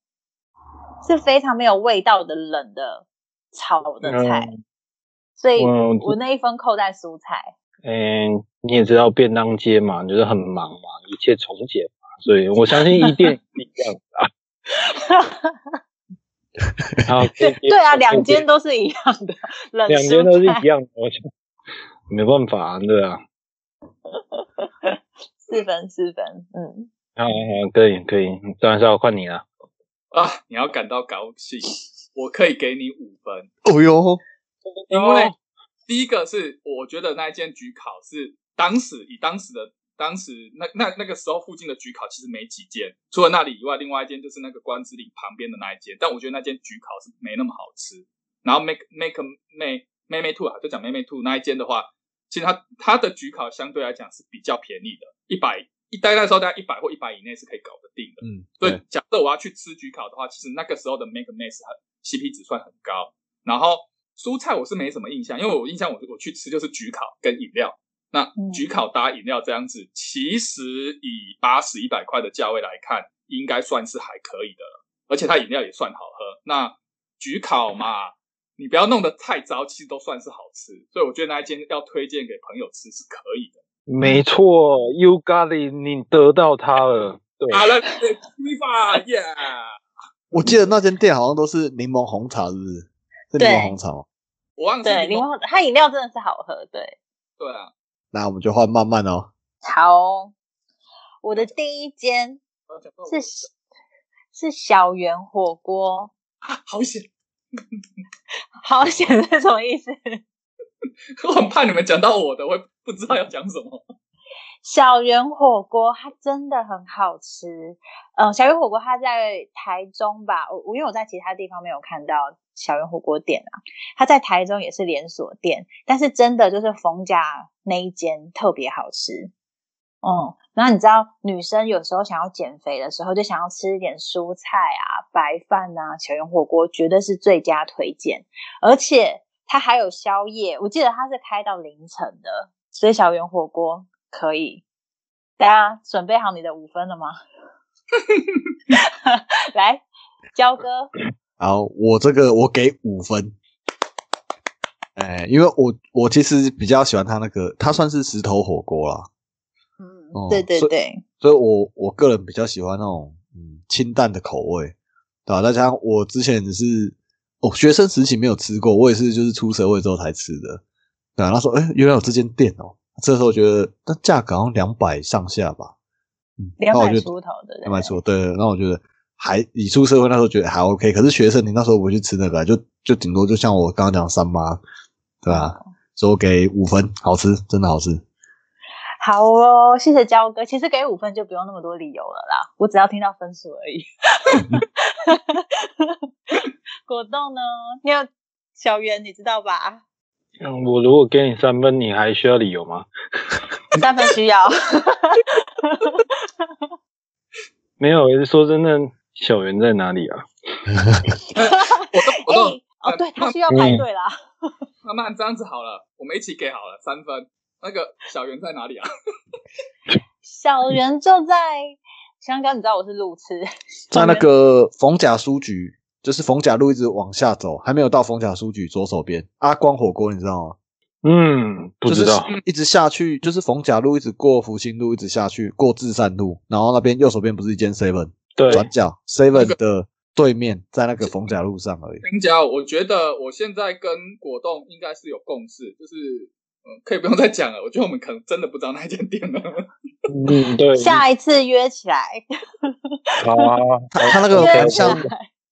是非常没有味道的冷的炒的菜。嗯所以我我那一分扣在蔬菜。嗯，你也知道便当街嘛，就是很忙嘛，一切从简嘛，所以我相信一店啊 一样的啊。好， 对这一间对啊，这一间两间都是一样的，冷两间都是蔬菜一样的，我想没办法、啊，对啊。四分四分，嗯，好好好，可以可以，当然是要换你了。啊！你要感到高兴，我可以给你五分，哦哟，因为哦第一个是我觉得那一间焗烤是当时以当时的当时那那那个时候附近的焗烤其实没几间，除了那里以外，另外一间就是那个关子岭旁边的那一间，但我觉得那间焗烤是没那么好吃。然后 make make 妹妹妹兔啊，就讲妹妹兔那一间的话，其实它它的焗烤相对来讲是比较便宜的，一百一待那时候大概一百或一百以内是可以搞得定的。嗯，所以，假设我要去吃焗烤的话，其实那个时候的 Make Mess 很 CP 值算很高。然后蔬菜我是没什么印象，因为我印象我我去吃就是焗烤跟饮料。那嗯焗烤搭饮料这样子，其实以八十一百块的价位来看，应该算是还可以的了。而且它饮料也算好喝。那焗烤嘛，你不要弄得太糟，其实都算是好吃。所以我觉得那一间要推荐给朋友吃是可以的。没错，You got it，你得到它了。对，啊好了，吃吧，Yeah。我记得那间店好像都是柠檬红茶，是不是？是柠对檬红茶哦吗？我忘记对，你柠檬它饮料真的是好喝，对，对啊，那我们就换慢慢哦。好哦。我的第一间我要讲到我是是小圆火锅，啊， 好险！好 险是什么意思？我很怕你们讲到我的，我也不知道要讲什么。小圆火锅它真的很好吃。嗯、小圆火锅它在台中吧，我我因为我在其他地方没有看到小圆火锅店啊，它在台中也是连锁店，但是真的就是冯家那一间特别好吃。嗯，然后你知道女生有时候想要减肥的时候，就想要吃一点蔬菜啊、白饭啊，小圆火锅绝对是最佳推荐。而且它还有宵夜，我记得它是开到凌晨的，所以小圆火锅可以。大家准备好你的五分了吗？ 来，焦哥，然后我这个我给五分，哎，因为我我其实比较喜欢它那个，它算是石头火锅啦，嗯，哦对对所以对，所以我我个人比较喜欢那种嗯清淡的口味，对啊吧、再加上我之前是哦学生时期没有吃过，我也是就是出社会之后才吃的，对、啊，他说哎原来有这间店哦，这时候觉得那价格好像两百上下吧，嗯，两那我百就出头的，对两不百对出，对，对对那我觉得还你出社会那时候觉得还 OK，可是学生你那时候不去吃那个，啊就就顶多就像我刚刚讲的三妈，对啊吧、哦所以我给五分，好吃，真的好吃。好哦，谢谢焦哥。其实给五分就不用那么多理由了啦，我只要听到分数而已。 果冻呢？你有小圆，你知道吧？嗯我如果给你三分，你还需要理由吗？三分需要。没有，说真的，小圆在哪里啊？我都我哎、都哦，对，他需要排队啦。嗯慢慢这样子好了，我们一起给好了三分。那个小圆在哪里啊？ 小圆就在香港，你知道我是路痴，在那个逢甲书局，就是逢甲路一直往下走，还没有到逢甲书局左手边阿光火锅，你知道吗？嗯，不知道。就是一直下去，就是逢甲路一直过福兴路，一直下去过至善路，然后那边右手边不是一间 Seven 对，转角 Seven 的对面，在那个逢甲路上而已。香蕉，我觉得我现在跟果冻应该是有共识，就是嗯，可以不用再讲了。我觉得我们可能真的不知道那间店了。 嗯，对，下一次约起来。好啊，他他那个约蛮起来像，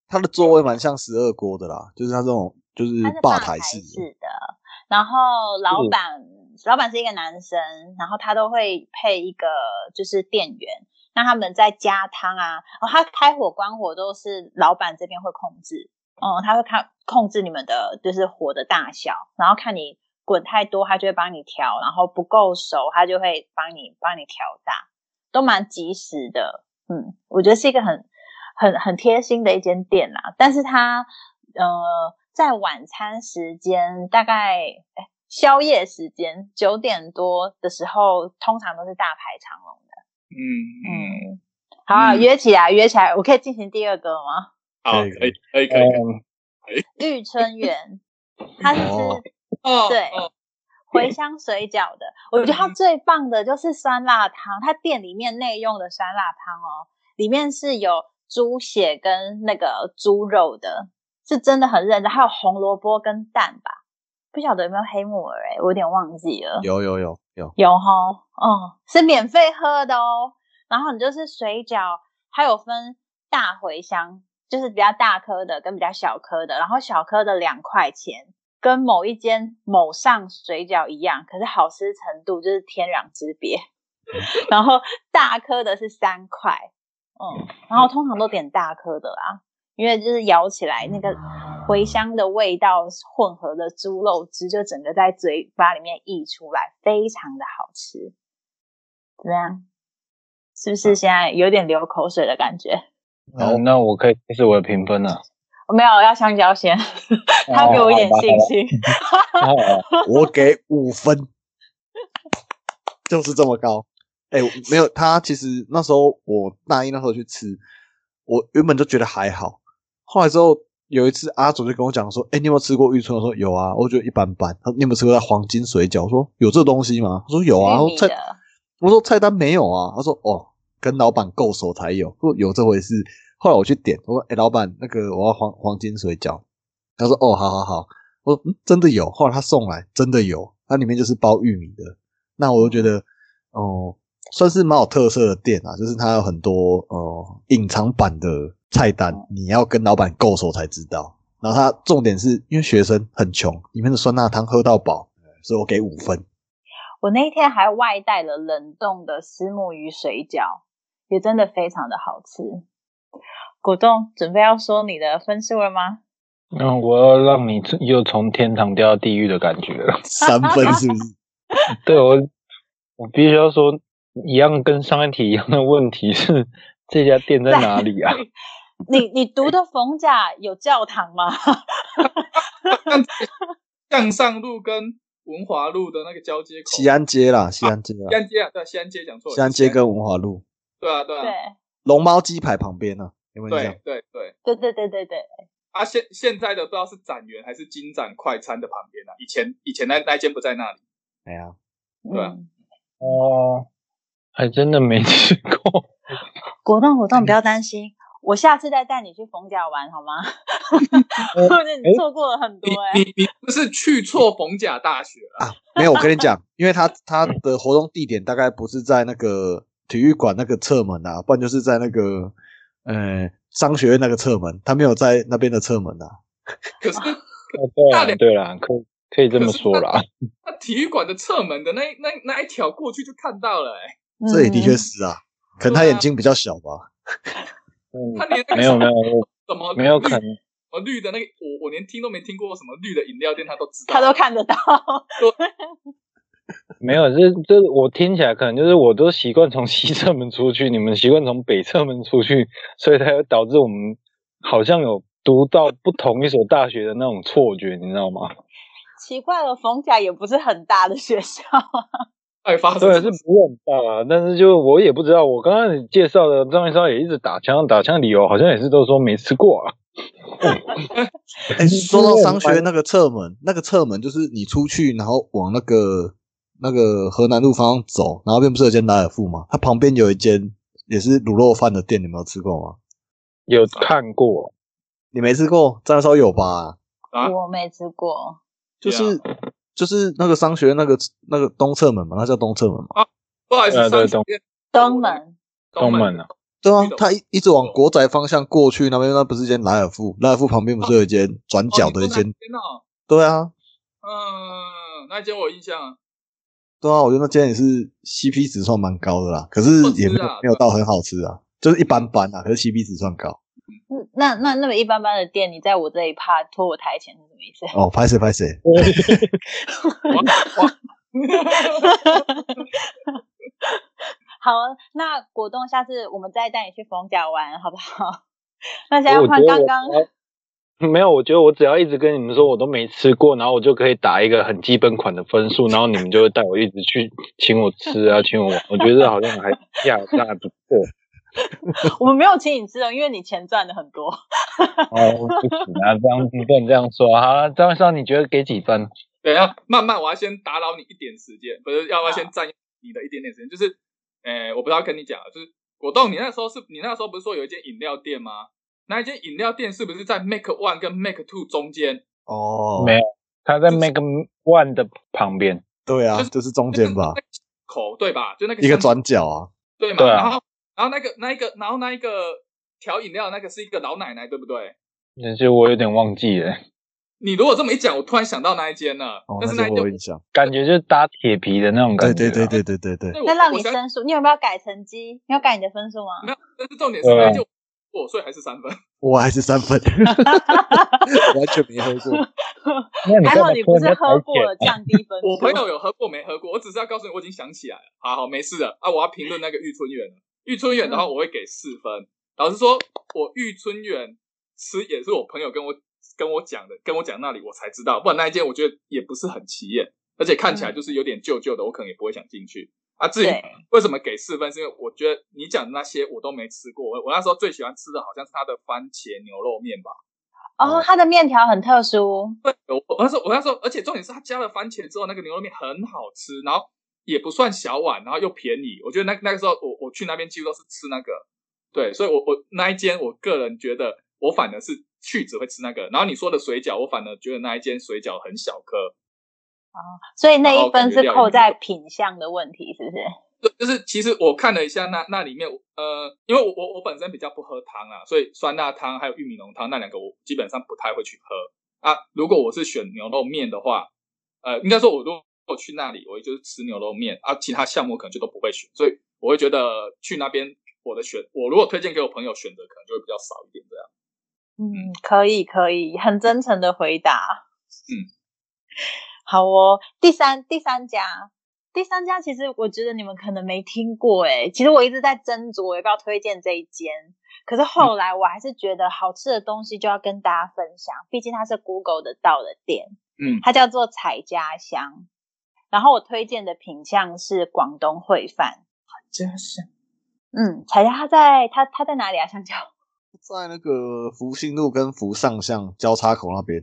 他的座位蛮像十二锅的啦，就是他这种就是它是吧台台式嗯的。的。然后老是板，老板是一个男生，然后他都会配一个就是店员。那他们在加汤啊，哦，他开火关火都是老板这边会控制，哦、他会看控制你们的就是火的大小，然后看你滚太多，他就会帮你调，然后不够熟，他就会帮你帮你调大，都蛮及时的。嗯，我觉得是一个很很很贴心的一间店啦，但是它呃，在晚餐时间，大概哎宵夜时间九点多的时候，通常都是大排长龙的。嗯嗯，嗯，好啊、嗯约起来，约起来，我可以进行第二个吗？好，可以可以可以可以。嗯， 玉春园，它是哦吃哦，对哦嗯茴香水饺的。我觉得它最棒的就是酸辣汤，它店里面内用的酸辣汤哦，里面是有猪血跟那个猪肉的，是真的很认真。还有红萝卜跟蛋吧，不晓得有没有黑木耳、欸，我有点忘记了。嗯有有有有，有哈，哦，是免费喝的哦。然后你就是水饺，它有分大茴香，就是比较大颗的跟比较小颗的，然后小颗的两块钱，跟某一间某上水饺一样，可是好吃程度就是天壤之别。 然后大颗的是三块，嗯，然后通常都点大颗的啦，因为就是咬起来那个茴香的味道混合的猪肉汁，就整个在嘴巴里面溢出来，非常的好吃。怎么样？是不是现在有点流口水的感觉？好，那我可以这是我的评分了。我没有，要香蕉先，他给我一点信心。好啊我给五分， 就是这么高。哎、没有，他其实那时候我大一那时候去吃，我原本就觉得还好，后来之后有一次阿祖就跟我讲说，哎、你有没有吃过玉春？我说有啊，我觉得一般般。他说你有没有吃过黄金水饺？我说有这东西吗？他说有啊。玉我米说菜，的我说菜单没有啊。他说哦，跟老板够熟才有。我说有这回事。后来我去点，我说哎、老板，那个我要黄黄金水饺。他说哦，好好好。我说嗯，真的有。后来他送来，真的有，它里面就是包玉米的。那我就觉得哦、算是蛮有特色的店啊，就是它有很多呃隐藏版的菜单，你要跟老板够熟才知道。然后它重点是因为学生很穷，里面的酸辣汤喝到饱，所以我给五分。我那一天还外带了冷冻的石目鱼水饺，也真的非常的好吃。果冻准备要说你的分数了吗？那嗯我要让你从又从天堂掉到地狱的感觉了。 三分是不 是？对我，我必须要说，一样跟上一题一样的问题是，这家店在哪里啊？你你读的逢甲有教堂吗？ 向上路跟文华路的那个交接口，西安街啦，西安街西啦，安街啊，对啊，西安街讲错了，西安街跟文华路对啊，对对啊，龙猫鸡排旁边啊，有没有印象对？对对。对对对对对，啊，现现在的不知道是展园还是金展快餐的旁边啊，以前以前那那间不在那里，哎呀，对啊嗯。哦，还真的没去 过。果冻果冻，不要担心，我下次再带你去逢甲玩好吗？ 或者你错过了很你多啊哎、你你不是去错逢甲大学啊了、没有，我跟你讲，因为他他的活动地点大概不是在那个体育馆那个侧门啊，不然就是在那个呃商学院那个侧门，他没有在那边的侧门啊。可是哦对大啦连对啦，可以可以这么说 啦。那体育馆的侧门的那那那一条过去就看到了、欸，这也的确嗯是啊，可能他眼睛比较小吧。嗯他连那个没有没有， 我什么没有绿可能什。么绿的那个，我我连听都没听过什么绿的饮料店，他都知道，他都看得到。 没有，这这我听起来可能就是我都习惯从西侧门出去，你们习惯从北侧门出去，所以才会导致我们好像有读到不同一所大学的那种错觉，你知道吗？奇怪了，逢甲也不是很大的学校，哎，发生虽然什是么不事是很大啦，但是就我也不知道，我刚刚你介绍的张一超也一直打枪，打枪理由好像也是都说没吃过啊。哎、说到商学院那个侧门，那个侧门就是你出去，然后往那个那个河南路方向走，然后边不是有间莱尔富吗？它旁边有一间也是卤肉饭的店，你没有吃过吗？有看过，你没吃过，张烧有吧？啊我没吃过。就是就是那个商学院那个那个东侧门嘛，那叫东侧门嘛。不好意思，对对上次东门，东哦东门的啊对啊去，的他一一直往国宅方向过去，那边那不是一间莱尔富，莱尔富旁边不是有一间转角的一哦你说间？哪间哦，对啊，嗯，那间我有印象啊，对啊，我觉得那间也是 CP 值算蛮高的啦，可是也没有、好吃啊没有到很好吃啊，就是一般般啊，可是 CP 值算高。嗯那那那么一般般的店，你在我这里怕拖我台前是什么意思？ 哦，拍谁拍谁，哇哇好，啊那果冻，下次我们再带你去逢甲玩，好不好？ 那现在我觉换得刚我呃刚，没有，我觉得我只要一直跟你们说我都没吃过，然后我就可以打一个很基本款的分数，然后你们就会带我一直去请我吃啊，请我玩。我觉得好像还价那还不错。我们没有请你吃的，因为你钱赚的很多。哦，不行啊，这样不能这样说啊。张少，你觉得给几分？等一下，慢慢，我要先打扰你一点时间，不是，要不好要先占用你的一点点时间？就是，呃，我不知道跟你讲啊，就是果冻，你那时候是你那时候不是说有一间饮料店吗？那一间饮料店是不是在 Make One 跟 Make Two 中间？哦，没有，他在就是 Make One 的旁边。对啊，就是就是中间吧，口对吧？就那个一个巷转角啊，对嘛？对啊然后然后那个那一个，然后那一个调饮料的那个是一个老奶奶，对不对？那些我有点忘记了，你如果这么一讲，我突然想到那一间了，哦，但是那那一我有间啊印象。感觉就是搭铁皮的那种感对觉。啊对对，对对对对， 对我那让我你相分数，你有没有改成绩？你有改你的分数吗？没有但是重点是啊那一间我所以还是三分。我还是三分， 完全没喝过。那你还干好嘛你说不人是家喝台过了铁？降低分数。我朋友有喝过没喝过，我只是要告诉你，我已经想起来了。好好，没事的啊！我要评论那个玉春园了。玉春园的嗯话，我会给四分。老实说，我玉春园吃也是我朋友跟我跟我讲的，跟我讲那里我才知道，不然那一间我觉得也不是很起眼，而且看起来就是有点旧旧的，我可能也不会想进去啊。至于嗯对为什么给四分，是因为我觉得你讲的那些我都没吃过。我我那时候最喜欢吃的好像是它的番茄牛肉面吧。哦，他的面条很特殊，对，我我那时候我那时候，而且重点是他加了番茄之后，那个牛肉面很好吃，然后也不算小碗，然后又便宜。我觉得那那个时候我我去那边几乎都是吃那个，对，所以我我那一间我个人觉得我反而是去只会吃那个。然后你说的水饺，我反而觉得那一间水饺很小颗，所以那一然后感分觉是料理扣不在错品相的问题，是不是？对，就是其实我看了一下那那里面，呃，因为我我我本身比较不喝汤啊，所以酸辣汤还有玉米浓汤那两个我基本上不太会去喝啊。如果我是选牛肉面的话，呃，应该说我如果去那里，我就是吃牛肉面啊，其他项目可能就都不会选，所以我会觉得去那边我的选，我如果推荐给我朋友选择，可能就会比较少一点这样。嗯，可以，可以，很真诚的回答。嗯， 好哦。第三，第三家，第三家，其实我觉得你们可能没听过诶、其实我一直在斟酌我要不要推荐这一间，可是嗯后来我还是觉得好吃的东西就要跟大家分享，毕竟它是 Google 得到的店。嗯它叫做彩家香。然后我推荐的品相是广东烩饭。真是嗯，彩家它在它它在哪里啊？香蕉？在那个福兴路跟福上巷交叉口那边，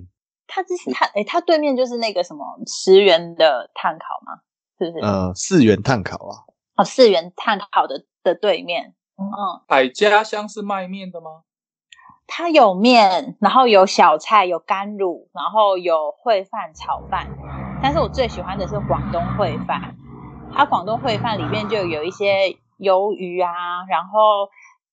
它之嗯前它诶，它对面就是那个什么十元的碳烤吗？是不嗯是？呃，四元炭烤啊，哦，四元碳烤的的对面。嗯，海家乡是卖面的吗？它有面，然后有小菜，有干乳，然后有烩饭、炒饭。但是我最喜欢的是广东烩饭，它广东烩饭里面就有一些鱿鱼啊，然后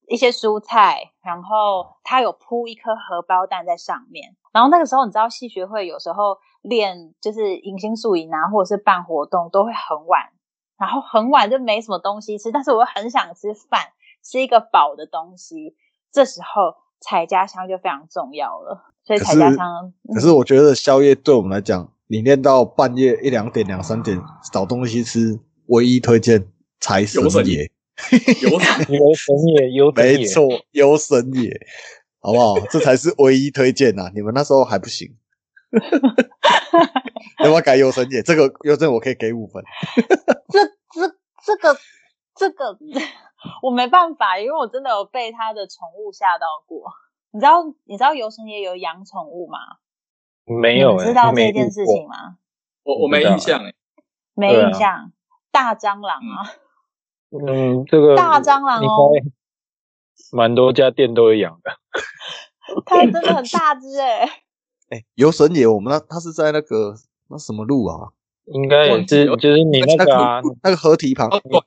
一些蔬菜，然后它有铺一颗荷包蛋在上面。然后那个时候，你知道戏学会有时候练就是迎新宿营啊，或者是办活动都会很晚，然后很晚就没什么东西吃，但是我又很想吃饭，吃一个饱的东西。这时候彩家香就非常重要了，所以可彩是家香可是我觉得宵夜对我们来讲，你练到半夜一两点、两三点找东西吃，唯一推荐财神有神爷，有什么有神也有神没也，错，游神爷， 好不好？这才是唯一推荐呐、啊你们那时候还不行， 要不要改游神爷？这个邮政我可以给五分。这这这个这个 我没办法，因为我真的有被他的宠物吓到过。你知道你知道游神也有养宠物吗？没有你们哎，知道没这件遇事过情吗？我我没印象哎、没对啊印象。大蟑螂啊，嗯，这个大蟑螂哦应该蛮多家店都会养的。它真的很大只哎、 哎、游神爷，我们那他是在那个那什么路啊？应该也是，忘记就是你那个啊，那个合体旁， 哦，对，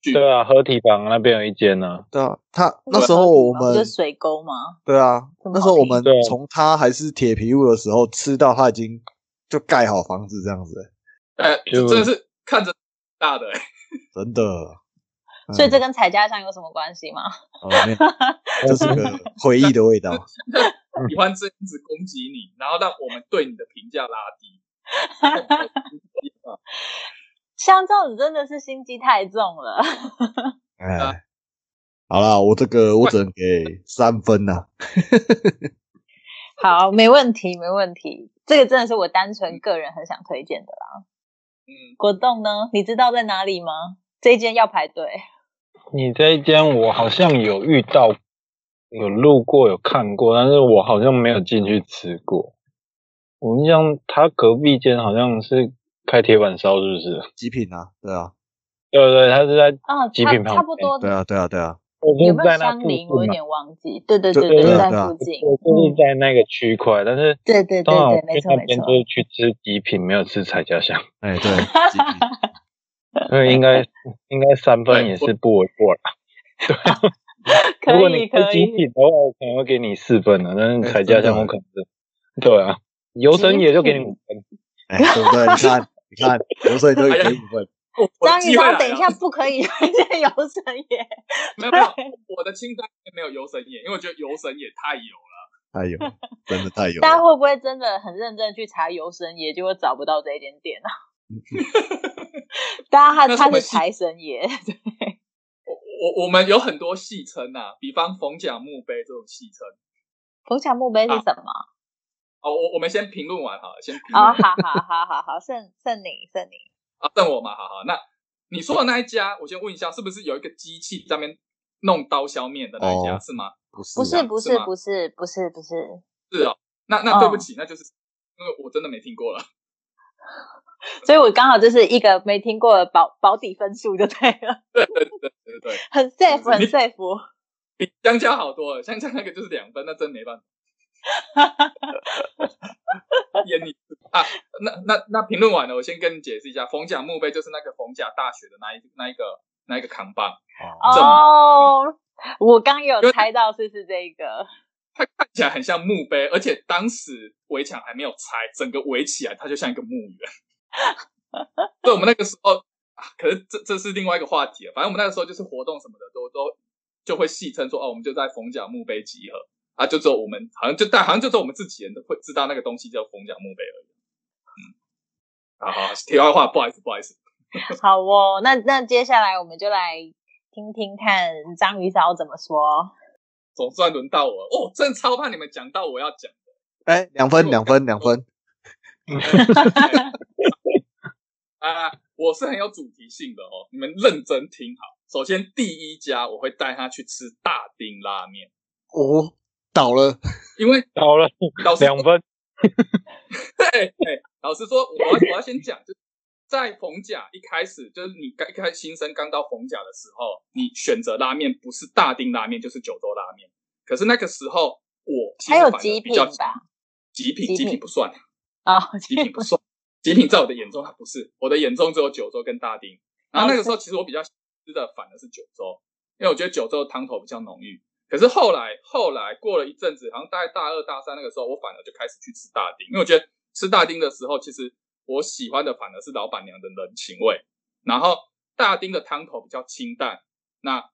继续对啊，合体房那边有一间呢、啊。对啊，他个那时候我不们就是水沟吗？对啊，这么那时候好我听们对啊从他还是铁皮屋的时候吃到他已经就盖好房子这样子、哎，就真的是看着大的哎、真的。嗯所以这跟彩家香有什么关系吗？哦没有 这是个回忆的味 道。喜欢这样子攻击你，然后让我们对你的评价拉低。香皂你真的是心机太重了。 啊哎，好啦，我这个我只能给三分呐、好，没问题，没问题。这个真的是我单纯个人很想推荐的啦。嗯，果冻呢？你知道在哪里吗？这一间要排队。你这一间我好像有遇到，有路过有看过，但是我好像没有进去吃过。我印象他隔壁间好像是开铁板烧，是不是？极品啊，对啊，对对，他是在啊，极差品旁差不边多对啊，对啊，对啊，我有就没是有在那相附邻？我有近嘛，点忘记。对对就对，对在对啊附近。我就是嗯，在那个区块，但是对对对当然我对，没去错那没边错就。是去吃极品，没有吃彩家香，哎、对，极品， 所以应该应该三分对也我是不为过啦。如果可以你开可极以，品的话，我可能会给你四分了，但是哎彩加真的项我可能是，对啊，游神也就给你五分，哎，对不对？你看，你看，刘所以就给五分，我我的章鱼机会烧，来了等一下，不可以 推荐游神爷，没有没有，我的清单里面没有游神野，因为我觉得游神野太油了。太有，真的太有大家了。会不会真的很认真去查游神爷，结果找不到这一间店啊？ 大家他那是我他们是系财神爷， 我我们有很多戏称呐，比方冯甲墓碑这种戏称。冯小墓啊碑是什么？哦，我我们先评论完好了，先评论哦，好完。好好好好，剩剩你剩你，啊，瞪我嘛，好好。那你说的那一家，我先问一下，是不是有一个机器在那边弄刀削面的那一家、哦是吗？不是不是啊，不是是吗不是不是不是，是哦，那那对不嗯起，那就是因为我真的没听过了。所以我刚好就是一个没听过的保保底分数就对了，对对对对对，很 safe 很 safe。比香蕉好多了，香蕉那个就是两分，那真没办法。 演你啊，那那那评论完了，我先跟你解释一下，冯甲墓碑就是那个冯甲大学的那一那一个那一个扛棒，哦正哦，我刚有因为猜到是是这个，它看起来很像墓碑，而且当时围墙还没有拆，整个围起来，它就像一个墓园。所以我们那个时候，啊可是这这是另外一个话题了。反正我们那个时候就是活动什么的都都就会戏称说，哦，我们就在冯甲墓碑集合啊，就只有我们好像就但好像就只有我们自己人会知道那个东西叫冯甲墓碑而已。嗯，好好，题外话，不好意思，不好意思。好哦，那那接下来我们就来听听看章鱼烧怎么说。总算轮到我了，哦，真的超怕你们讲到我要讲。哎，两分，两分，两分， 啊，我是很有主题性的哦，你们认真听好。首先，第一家我会带他去吃大丁拉面，哦，倒了，因为好了，老师两分， 对对，老实说，我要我要先讲，就是在逢甲一开始，就是你刚开新生刚到逢甲的时候，你选择拉面不是大丁拉面就是九州拉面，可是那个时候我其实还有反而极比较品吧？极极品极品品不算，哦，极品不算，极品在我的眼中它不是，我的眼中只有九州跟大丁。然后那个时候其实我比较吃的反而是九州，因为我觉得九州的汤头比较浓郁。可是后来后来过了一阵子，好像大概大二大三那个时候，我反而就开始去吃大丁，因为我觉得吃大丁的时候，其实我喜欢的反而是老板娘的人情味，然后大丁的汤头比较清淡，那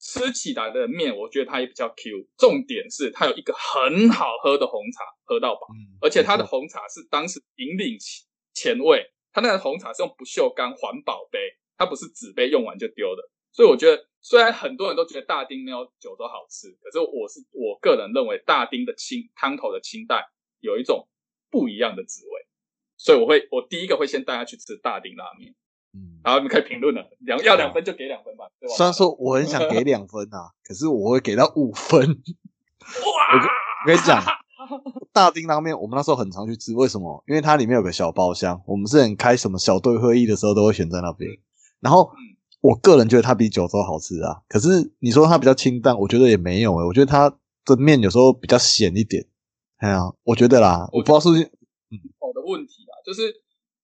吃起来的面我觉得它也比较 Q。重点是它有一个很好喝的红茶，喝到饱。嗯而且它的红茶是当时引领前前卫，它那个红茶是用不锈钢环保杯，它不是纸杯用完就丢的。所以我觉得，虽然很多人都觉得大丁没有九州好吃，可是我是我个人认为大丁的清汤头的清淡有一种不一样的滋味，所以我会我第一个会先带他去吃大丁拉面，嗯然后你们可以评论了，两要两分就给两分吧，对吧？虽然说我很想给两分啊，可是我会给到五分。 哇，我跟你讲，大丁拉面我们那时候很常去吃，为什么？因为它里面有个小包厢，我们之前开什么小队会议的时候都会选在那边。然后嗯我个人觉得它比九州好吃啊，可是你说它比较清淡，我觉得也没有诶、欸我觉得它的面有时候比较咸一点。哎呀、我觉得啦，我不知道是不是我的问题啦，就是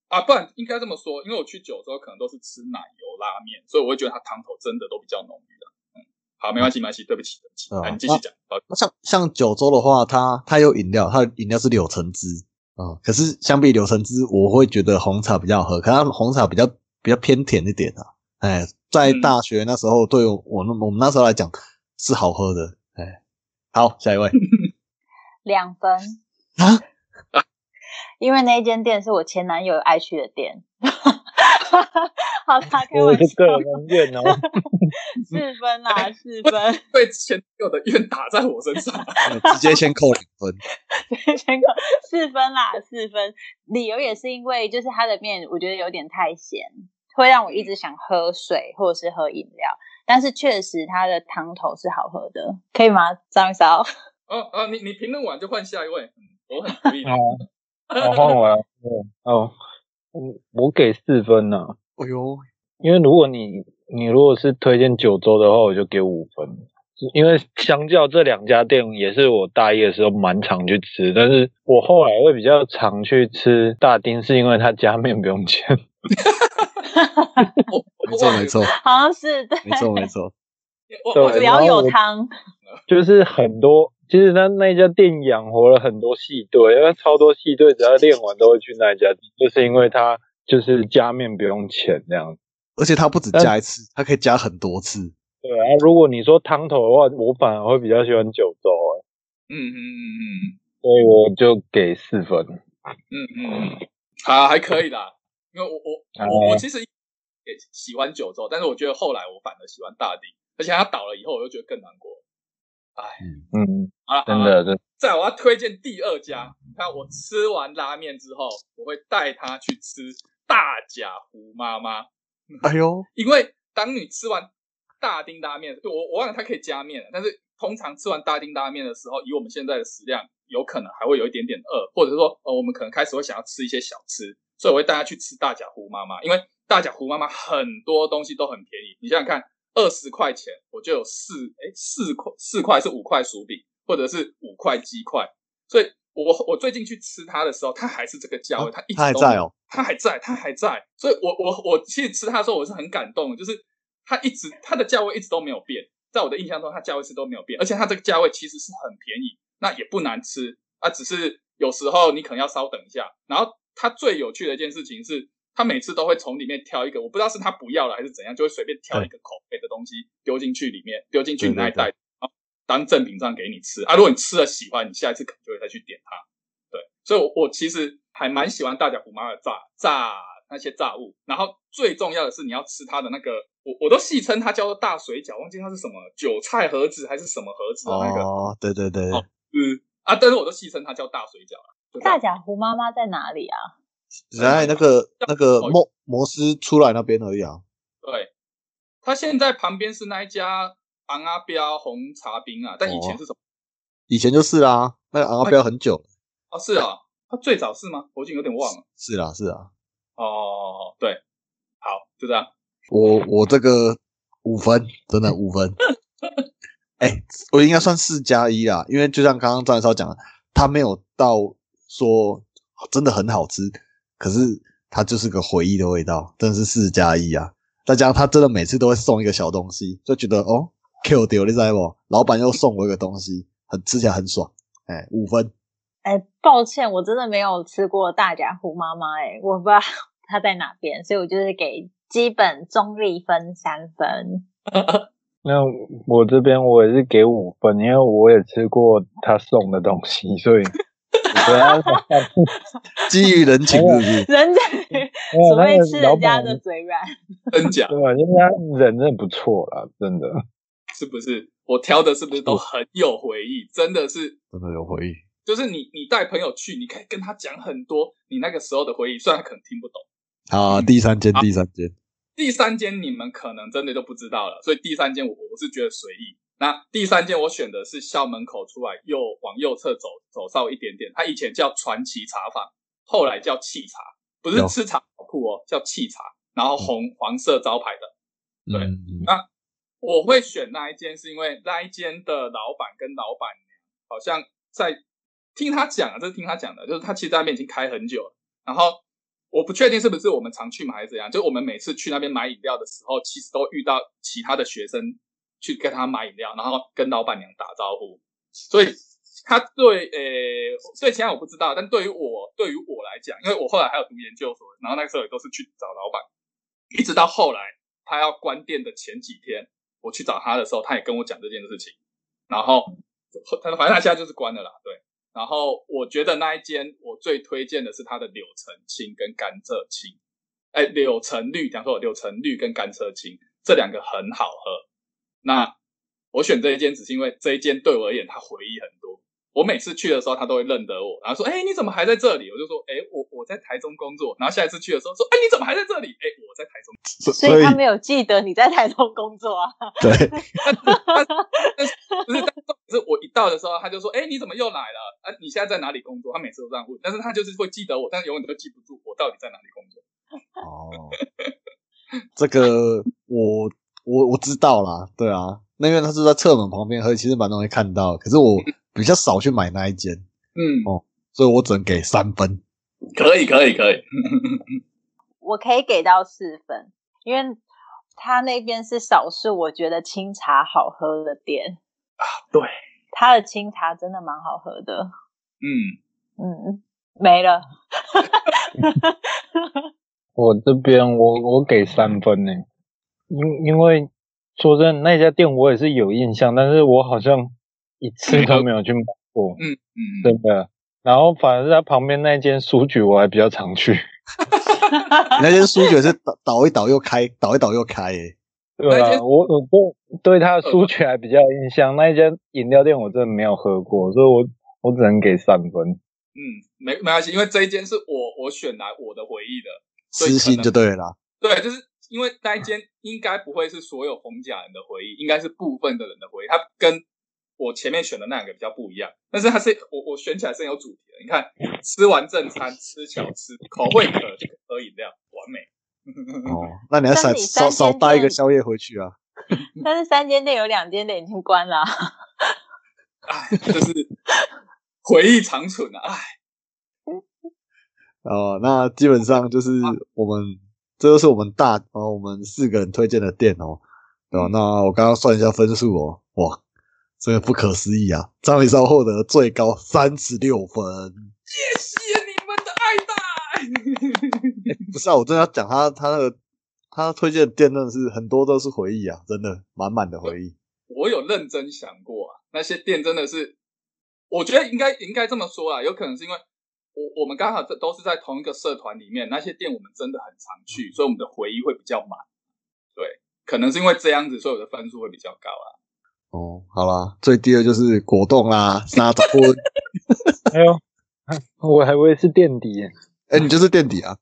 啊，不然应该这么说，因为我去九州可能都是吃奶油拉面，所以我会觉得它汤头真的都比较浓郁的。嗯，好，没关系，没关系，对不起，对不起，啊啊，你继续讲。好，那像像九州的话，它它有饮料，它的饮料是柳橙汁啊、可是相比柳橙汁，我会觉得红茶比较好喝，可它红茶比较比较偏甜一点啊。哎，在嗯大学那时候，对我我那我们那时候来讲是好喝的。哎，好，下一位两分，嗯 啊，因为那一间店是我前男友爱去的店。 好啦，开我玩是笑个，人恩 怨哦，四分哎啦，四分。对前女友的怨打在我身上，啊直接先扣两分。 全国四分啦，四分。理由也是因为就是它的面，我觉得有点太咸，会让我一直想喝水或者是喝饮料。但是确实它的汤头是好喝的，可以吗？张一烧，哦哦，你你评论完就换下一位，嗯我很同意哦的。好哦换我了，嗯哦，嗯我给四分呢、哎呦，因为如果你你如果是推荐九州的话，我就给五分，因为相较这两家店也是我大一的时候蛮常去吃，但是我后来会比较常去吃大丁，是因为它加面不用钱。我我没错没，错 好像是对，没错没错，我对我觉只得然要后有我汤，就是很多，其实他那一家店养活了很多戏队，因为超多戏队只要练完都会去那一家店，就是因为他就是加面不用钱这样子。而且它不止但加一次，它可以加很多次。对啊，如果你说汤头的话，我反而会比较喜欢九州、欸，嗯嗯嗯所以我就给四分。嗯嗯嗯嗯，好，还可以啦，因为我我我哎我其实也喜欢九州，但是我觉得后来我反而喜欢大地，而且他倒了以后，我就觉得更难过。嗯，好了，真好啦的，真的再来我要推荐第二家，那我吃完拉面之后，我会带他去吃大甲胡妈妈。哎呦，因为当你吃完大丁拉面，我我忘了它可以加面了，但是通常吃完大丁拉面的时候，以我们现在的食量，有可能还会有一点点饿，或者说呃，我们可能开始会想要吃一些小吃，所以我会带他去吃大甲胡妈妈，因为大甲胡妈妈很多东西都很便宜，你想想看，二十块钱我就有四哎四块四块是五块薯饼，或者是五块鸡块，所以我我最近去吃它的时候，它还是这个价位，它一直它还都没在有哦，他还在，他还在，所以我我我其实吃它的时候我是很感动的，就是它一直它的价位一直都没有变，在我的印象中它价位是都没有变，而且它这个价位其实是很便宜，那也不难吃啊，只是有时候你可能要稍等一下。然后它最有趣的一件事情是，它每次都会从里面挑一个，我不知道是他不要了还是怎样，就会随便挑一个口味的东西丢进去里面，丢进去你那一袋，对然后当赠品上给你吃啊。如果你吃了喜欢，你下一次可能就会再去点它。对，所以我，我其实还蛮喜欢大甲虎妈的炸炸那些炸物，然后最重要的是你要吃它的那个，我我都戏称它叫做大水饺，忘记它是什么韭菜盒子还是什么盒子的那个，哦，对对对，哦嗯啊，但是我都戏称它叫大水饺啊了。就这大样甲湖妈妈在哪里啊？在那个那个哦摩摩斯出来那边而已啊。对，它现在旁边是那一家昂阿标红茶冰啊，但以前是什么？以前就是啦，那个昂阿标很久了，哦，是啊，它最早是吗？我已经有点忘了。是啦是啦。哦，对，好，就这样。 我我这个五分，真的五分。哎、我应该算四加一啦，因为就像刚刚张少讲的，它没有到说真的很好吃，可是它就是个回忆的味道，真的是四加一啊。再加上他真的每次都会送一个小东西，就觉得哦，Q 丢你知道不？老板又送我一个东西，很吃起来很爽。哎、五分，哎，抱歉，我真的没有吃过大甲湖妈妈，哎，我不知道 它在哪边，所以我就是给基本中立分三分。 那我这边我也是给五分，因为我也吃过他送的东西， 所以啊我觉得他基于人情是不是？人家哇所谓嗯那个吃老人家板的嘴软，真假 对吧？啊因为他人真的不错啦，真的。是不是？我挑的是不是都很有回忆？真的是，真的有回忆。就是你你带朋友去，你可以跟他讲很多你那个时候的回忆，虽然他可能听不懂。好、第三间，第三间，第三间你们可能真的就不知道了，所以第三间我我是觉得随意。那第三间我选的是校门口出来右往右侧走走稍微一点点，它以前叫传奇茶坊，后来叫气茶，不是有吃茶铺哦，叫气茶，然后红黄色招牌的。对嗯，嗯我会选那一间，是因为那一间的老板跟老板娘好像在听他讲啊，这是听他讲的，就是他其实在那边已经开很久了。然后我不确定是不是我们常去买还是怎样，就我们每次去那边买饮料的时候，其实都遇到其他的学生去跟他买饮料，然后跟老板娘打招呼。所以他对呃，所以其他我不知道，但对于我对于我来讲，因为我后来还有读研究所，然后那个时候也都是去找老板，一直到后来他要关店的前几天。我去找他的时候，他也跟我讲这件事情。然后，他反正他现在就是关了啦，对。然后我觉得那一间我最推荐的是它的柳橙青跟甘蔗青，哎，柳橙绿，讲错，柳橙绿跟甘蔗青这两个很好喝。那我选这一间只是因为这一间对我而言它回忆很多。我每次去的时候，他都会认得我，然后说：“哎，你怎么还在这里？”我就说：“哎，我我在台中工作。”然后下一次去的时候说：“哎，你怎么还在这里？”哎，我在台中。所所以他没有记得你在台东工作啊。 对， 不是，但是重点是我一到的时候，他就说：“哎、你怎么又来了？啊，你现在在哪里工作？”他每次都这样问，但是他就是会记得我，但是永远都记不住我到底在哪里工作。哦，这个我我我知道啦，对啊，那因为它是在侧门旁边，所以其实蛮容易看到。可是 我比较少去买那一间，嗯哦所以我只能给三分。可以，可以，可以。我可以给到四分，因为他那边是少数我觉得清茶好喝的店，对，他的清茶真的蛮好喝的。嗯，嗯，没了。我这边我我给三分呢，因因为说真的，那家店我也是有印象，但是我好像一次都没有去买过，嗯真的。然后反而是它旁边那间书局我还比较常 去，那间书卷是倒倒一倒又开，倒一倒又开、欸，对那啊，间我我对对它的书局还比较有印象，那一家饮料店我真的没有喝过，所以我我只能给三分。嗯，没没关系，因为这一间是我我选来我的回忆的，所以可私能心就对嗯了啦。对，就是因为那一间应该不会是所有红甲人的回忆，应该是部分的人的回忆。它跟我前面选的那两个比较不一样，但是它是我我选起来是很有主题的。你看，吃完正餐，吃小吃，口味渴就喝饮料，完美。哦，那你要少但是你少三少间带一个店宵夜回去啊。但是三间店有两间店已经关了啊、 哎，就是回忆长存啊！哎，哦，那基本上就是啊我们，这就是我们大哦，我们四个人推荐的店哦，对吧、嗯那我刚刚算一下分数哦，哇，这个不可思议啊！张以超获得最高三十六分，谢谢你们的爱戴。不是啊，我真的要讲他他那个他推荐的店真的是很多都是回忆啊，真的满满的回忆。我有认真想过啊，那些店真的是，我觉得应该应该这么说啊，有可能是因为我我们刚好这都是在同一个社团里面，那些店我们真的很常去，所以我们的回忆会比较满。对，可能是因为这样子，所以我的分数会比较高啊。哦，好啦，最低的就是果冻啦、沙 枣或哎呦， 我还以为是垫底耶，哎、你就是垫底啊，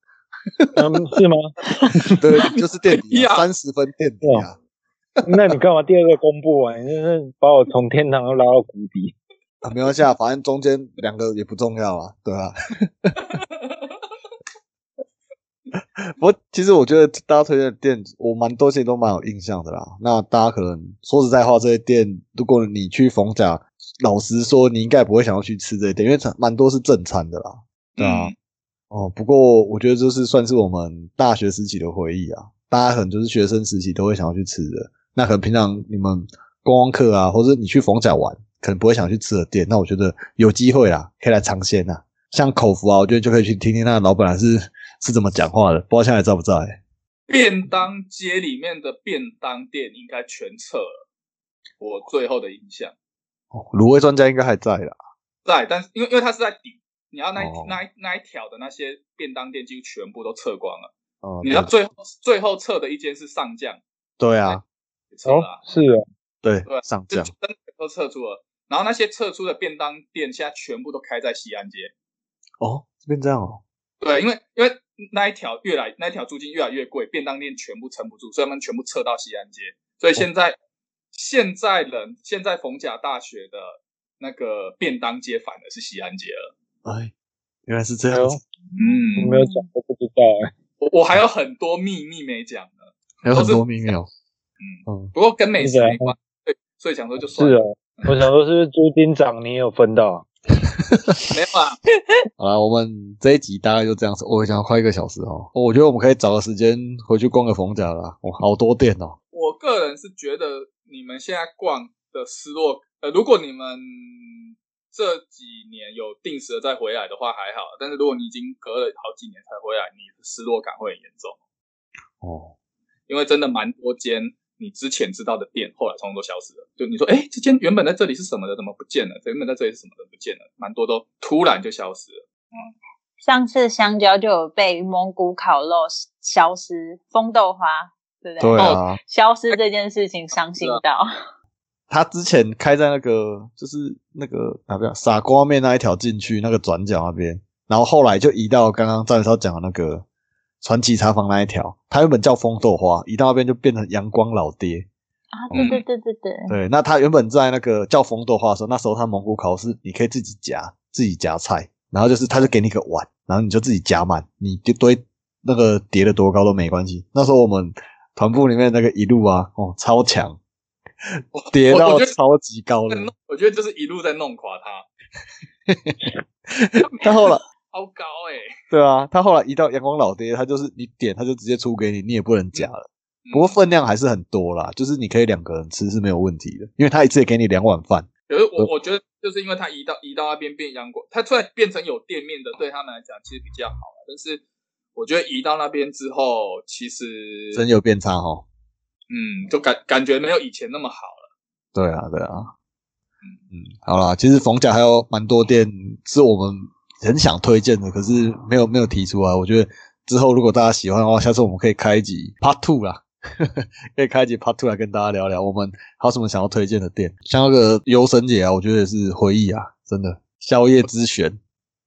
嗯，是吗？ 对，你就是垫底、啊， 哎呀三十分垫底啊。那你干嘛第二个公布啊？你就是把我从天堂又拉到谷底。啊，没关系啊，反正中间两个也不重要啊， 对吧、不过其实我觉得大家推荐的店，我蛮多其实都蛮有印象的啦。那大家可能说实在话，这些店如果你去逢甲，老实说，你应该不会想要去吃这些店，因为它蛮多是正餐的啦。对啊，嗯哦，不过我觉得这是算是我们大学时期的回忆啊，大家可能就是学生时期都会想要去吃的。那可能平常你们观光客啊，或者你去逢甲玩，可能不会想去吃的店。那我觉得有机会啊，可以来尝鲜啊。像口福啊，我觉得就可以去听听那老板是是怎么讲话的，不知道现在还在不在、便当街里面的便当店应该全撤了，我最后的印象哦卤味专家应该还在啦。在，但是因为因为它是在底，你要那一、哦那一那一条的那些便当店几乎全部都撤光了，哦、你要最后最后撤的一间是上将。对啊，撤了、啊，是啊，对对上就将真的都撤出了。然后那些撤出的便当店现在全部都开在西安街，哦，这边这样哦，对，因为因为那一条越来那一条租金越来越贵，便当店全部撑不住，所以他们全部撤到西安街。所以现在、现在人现在逢甲大学的那个便当街反而是西安街了。哎，原来是哎这样子，你嗯，没有讲都不知道哎、我我还有很多秘密没讲呢，还有很都多是秘密哦。嗯，不过跟美食是啊没关，对，所以想说就算是啊了，，我想说是不是朱金长你也有分到啊、没有啊，好啦，我们这一集大概就这样子，我讲快一个小时哦。我觉得我们可以找个时间回去逛个逢甲啦，哇，好多店哦。我个人是觉得你们现在逛的失落，呃，如果你们这几年有定时的再回来的话还好，但是如果你已经隔了好几年才回来，你的失落感会很严重，哦，因为真的蛮多间你之前知道的店，后来通通都消失了。就你说，哎，这间原本在这里是什么的，怎么不见了？原本在这里是什么的不见了，蛮多都突然就消失了。上次香蕉就有被蒙古烤肉消失，风豆花对不对？哦对啊，消失这件事情伤心到，他之前开在那个就是那个哪边啊傻瓜面那一条进去那个转角那边，然后后来就移到刚刚赵宇超讲的那个传奇茶坊那一条，它原本叫风豆花，移到那边就变成阳光老爹。啊，对对对对对，对，那他原本在那个叫风豆花的时候，那时候他蒙古烤是你可以自己夹自己夹菜，然后就是他就给你一个碗，然后你就自己夹满，你就堆那个叠的多高都没关系。那时候我们团部里面那个一路啊，哦，超强，叠我到我觉得超级高的在。弄我觉得就是一路在弄垮它，但后来超高哎、对啊，他后来移到阳光老爹，他就是你点他就直接出给你，你也不能夹了。嗯不过分量还是很多啦，就是你可以两个人吃是没有问题的，因为他一次也给你两碗饭。可是呃我我觉得，就是因为它移到移到那边变杨果，它突然变成有店面的，对他们来讲其实比较好啊。但是我觉得移到那边之后，其实真有变差哦。嗯，就感感觉没有以前那么好了。对啊，对啊。嗯，好啦，其实逢甲还有蛮多店是我们很想推荐的，可是没有没有提出来。我觉得之后如果大家喜欢的话，下次我们可以开一集 Part Two 啦， 可以开一集 Part Two 来跟大家聊聊我们还有什么想要推荐的店，像那个游神姐啊，我觉得也是回忆啊，真的宵夜之选。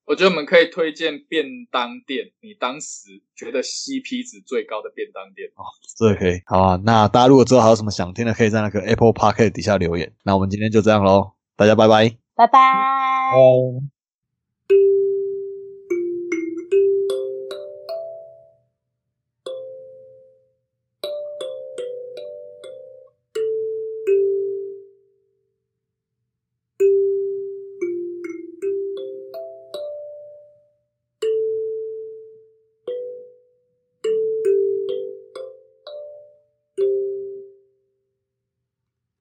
我觉得我们可以推荐便当店，你当时觉得 CP 值最高的便当店。这个可以，好啊。那大家如果之后还有什么想听的，可以在那个 Apple p o c k e t 底下留言。那我们今天就这样喽，大家拜拜。拜拜。哦。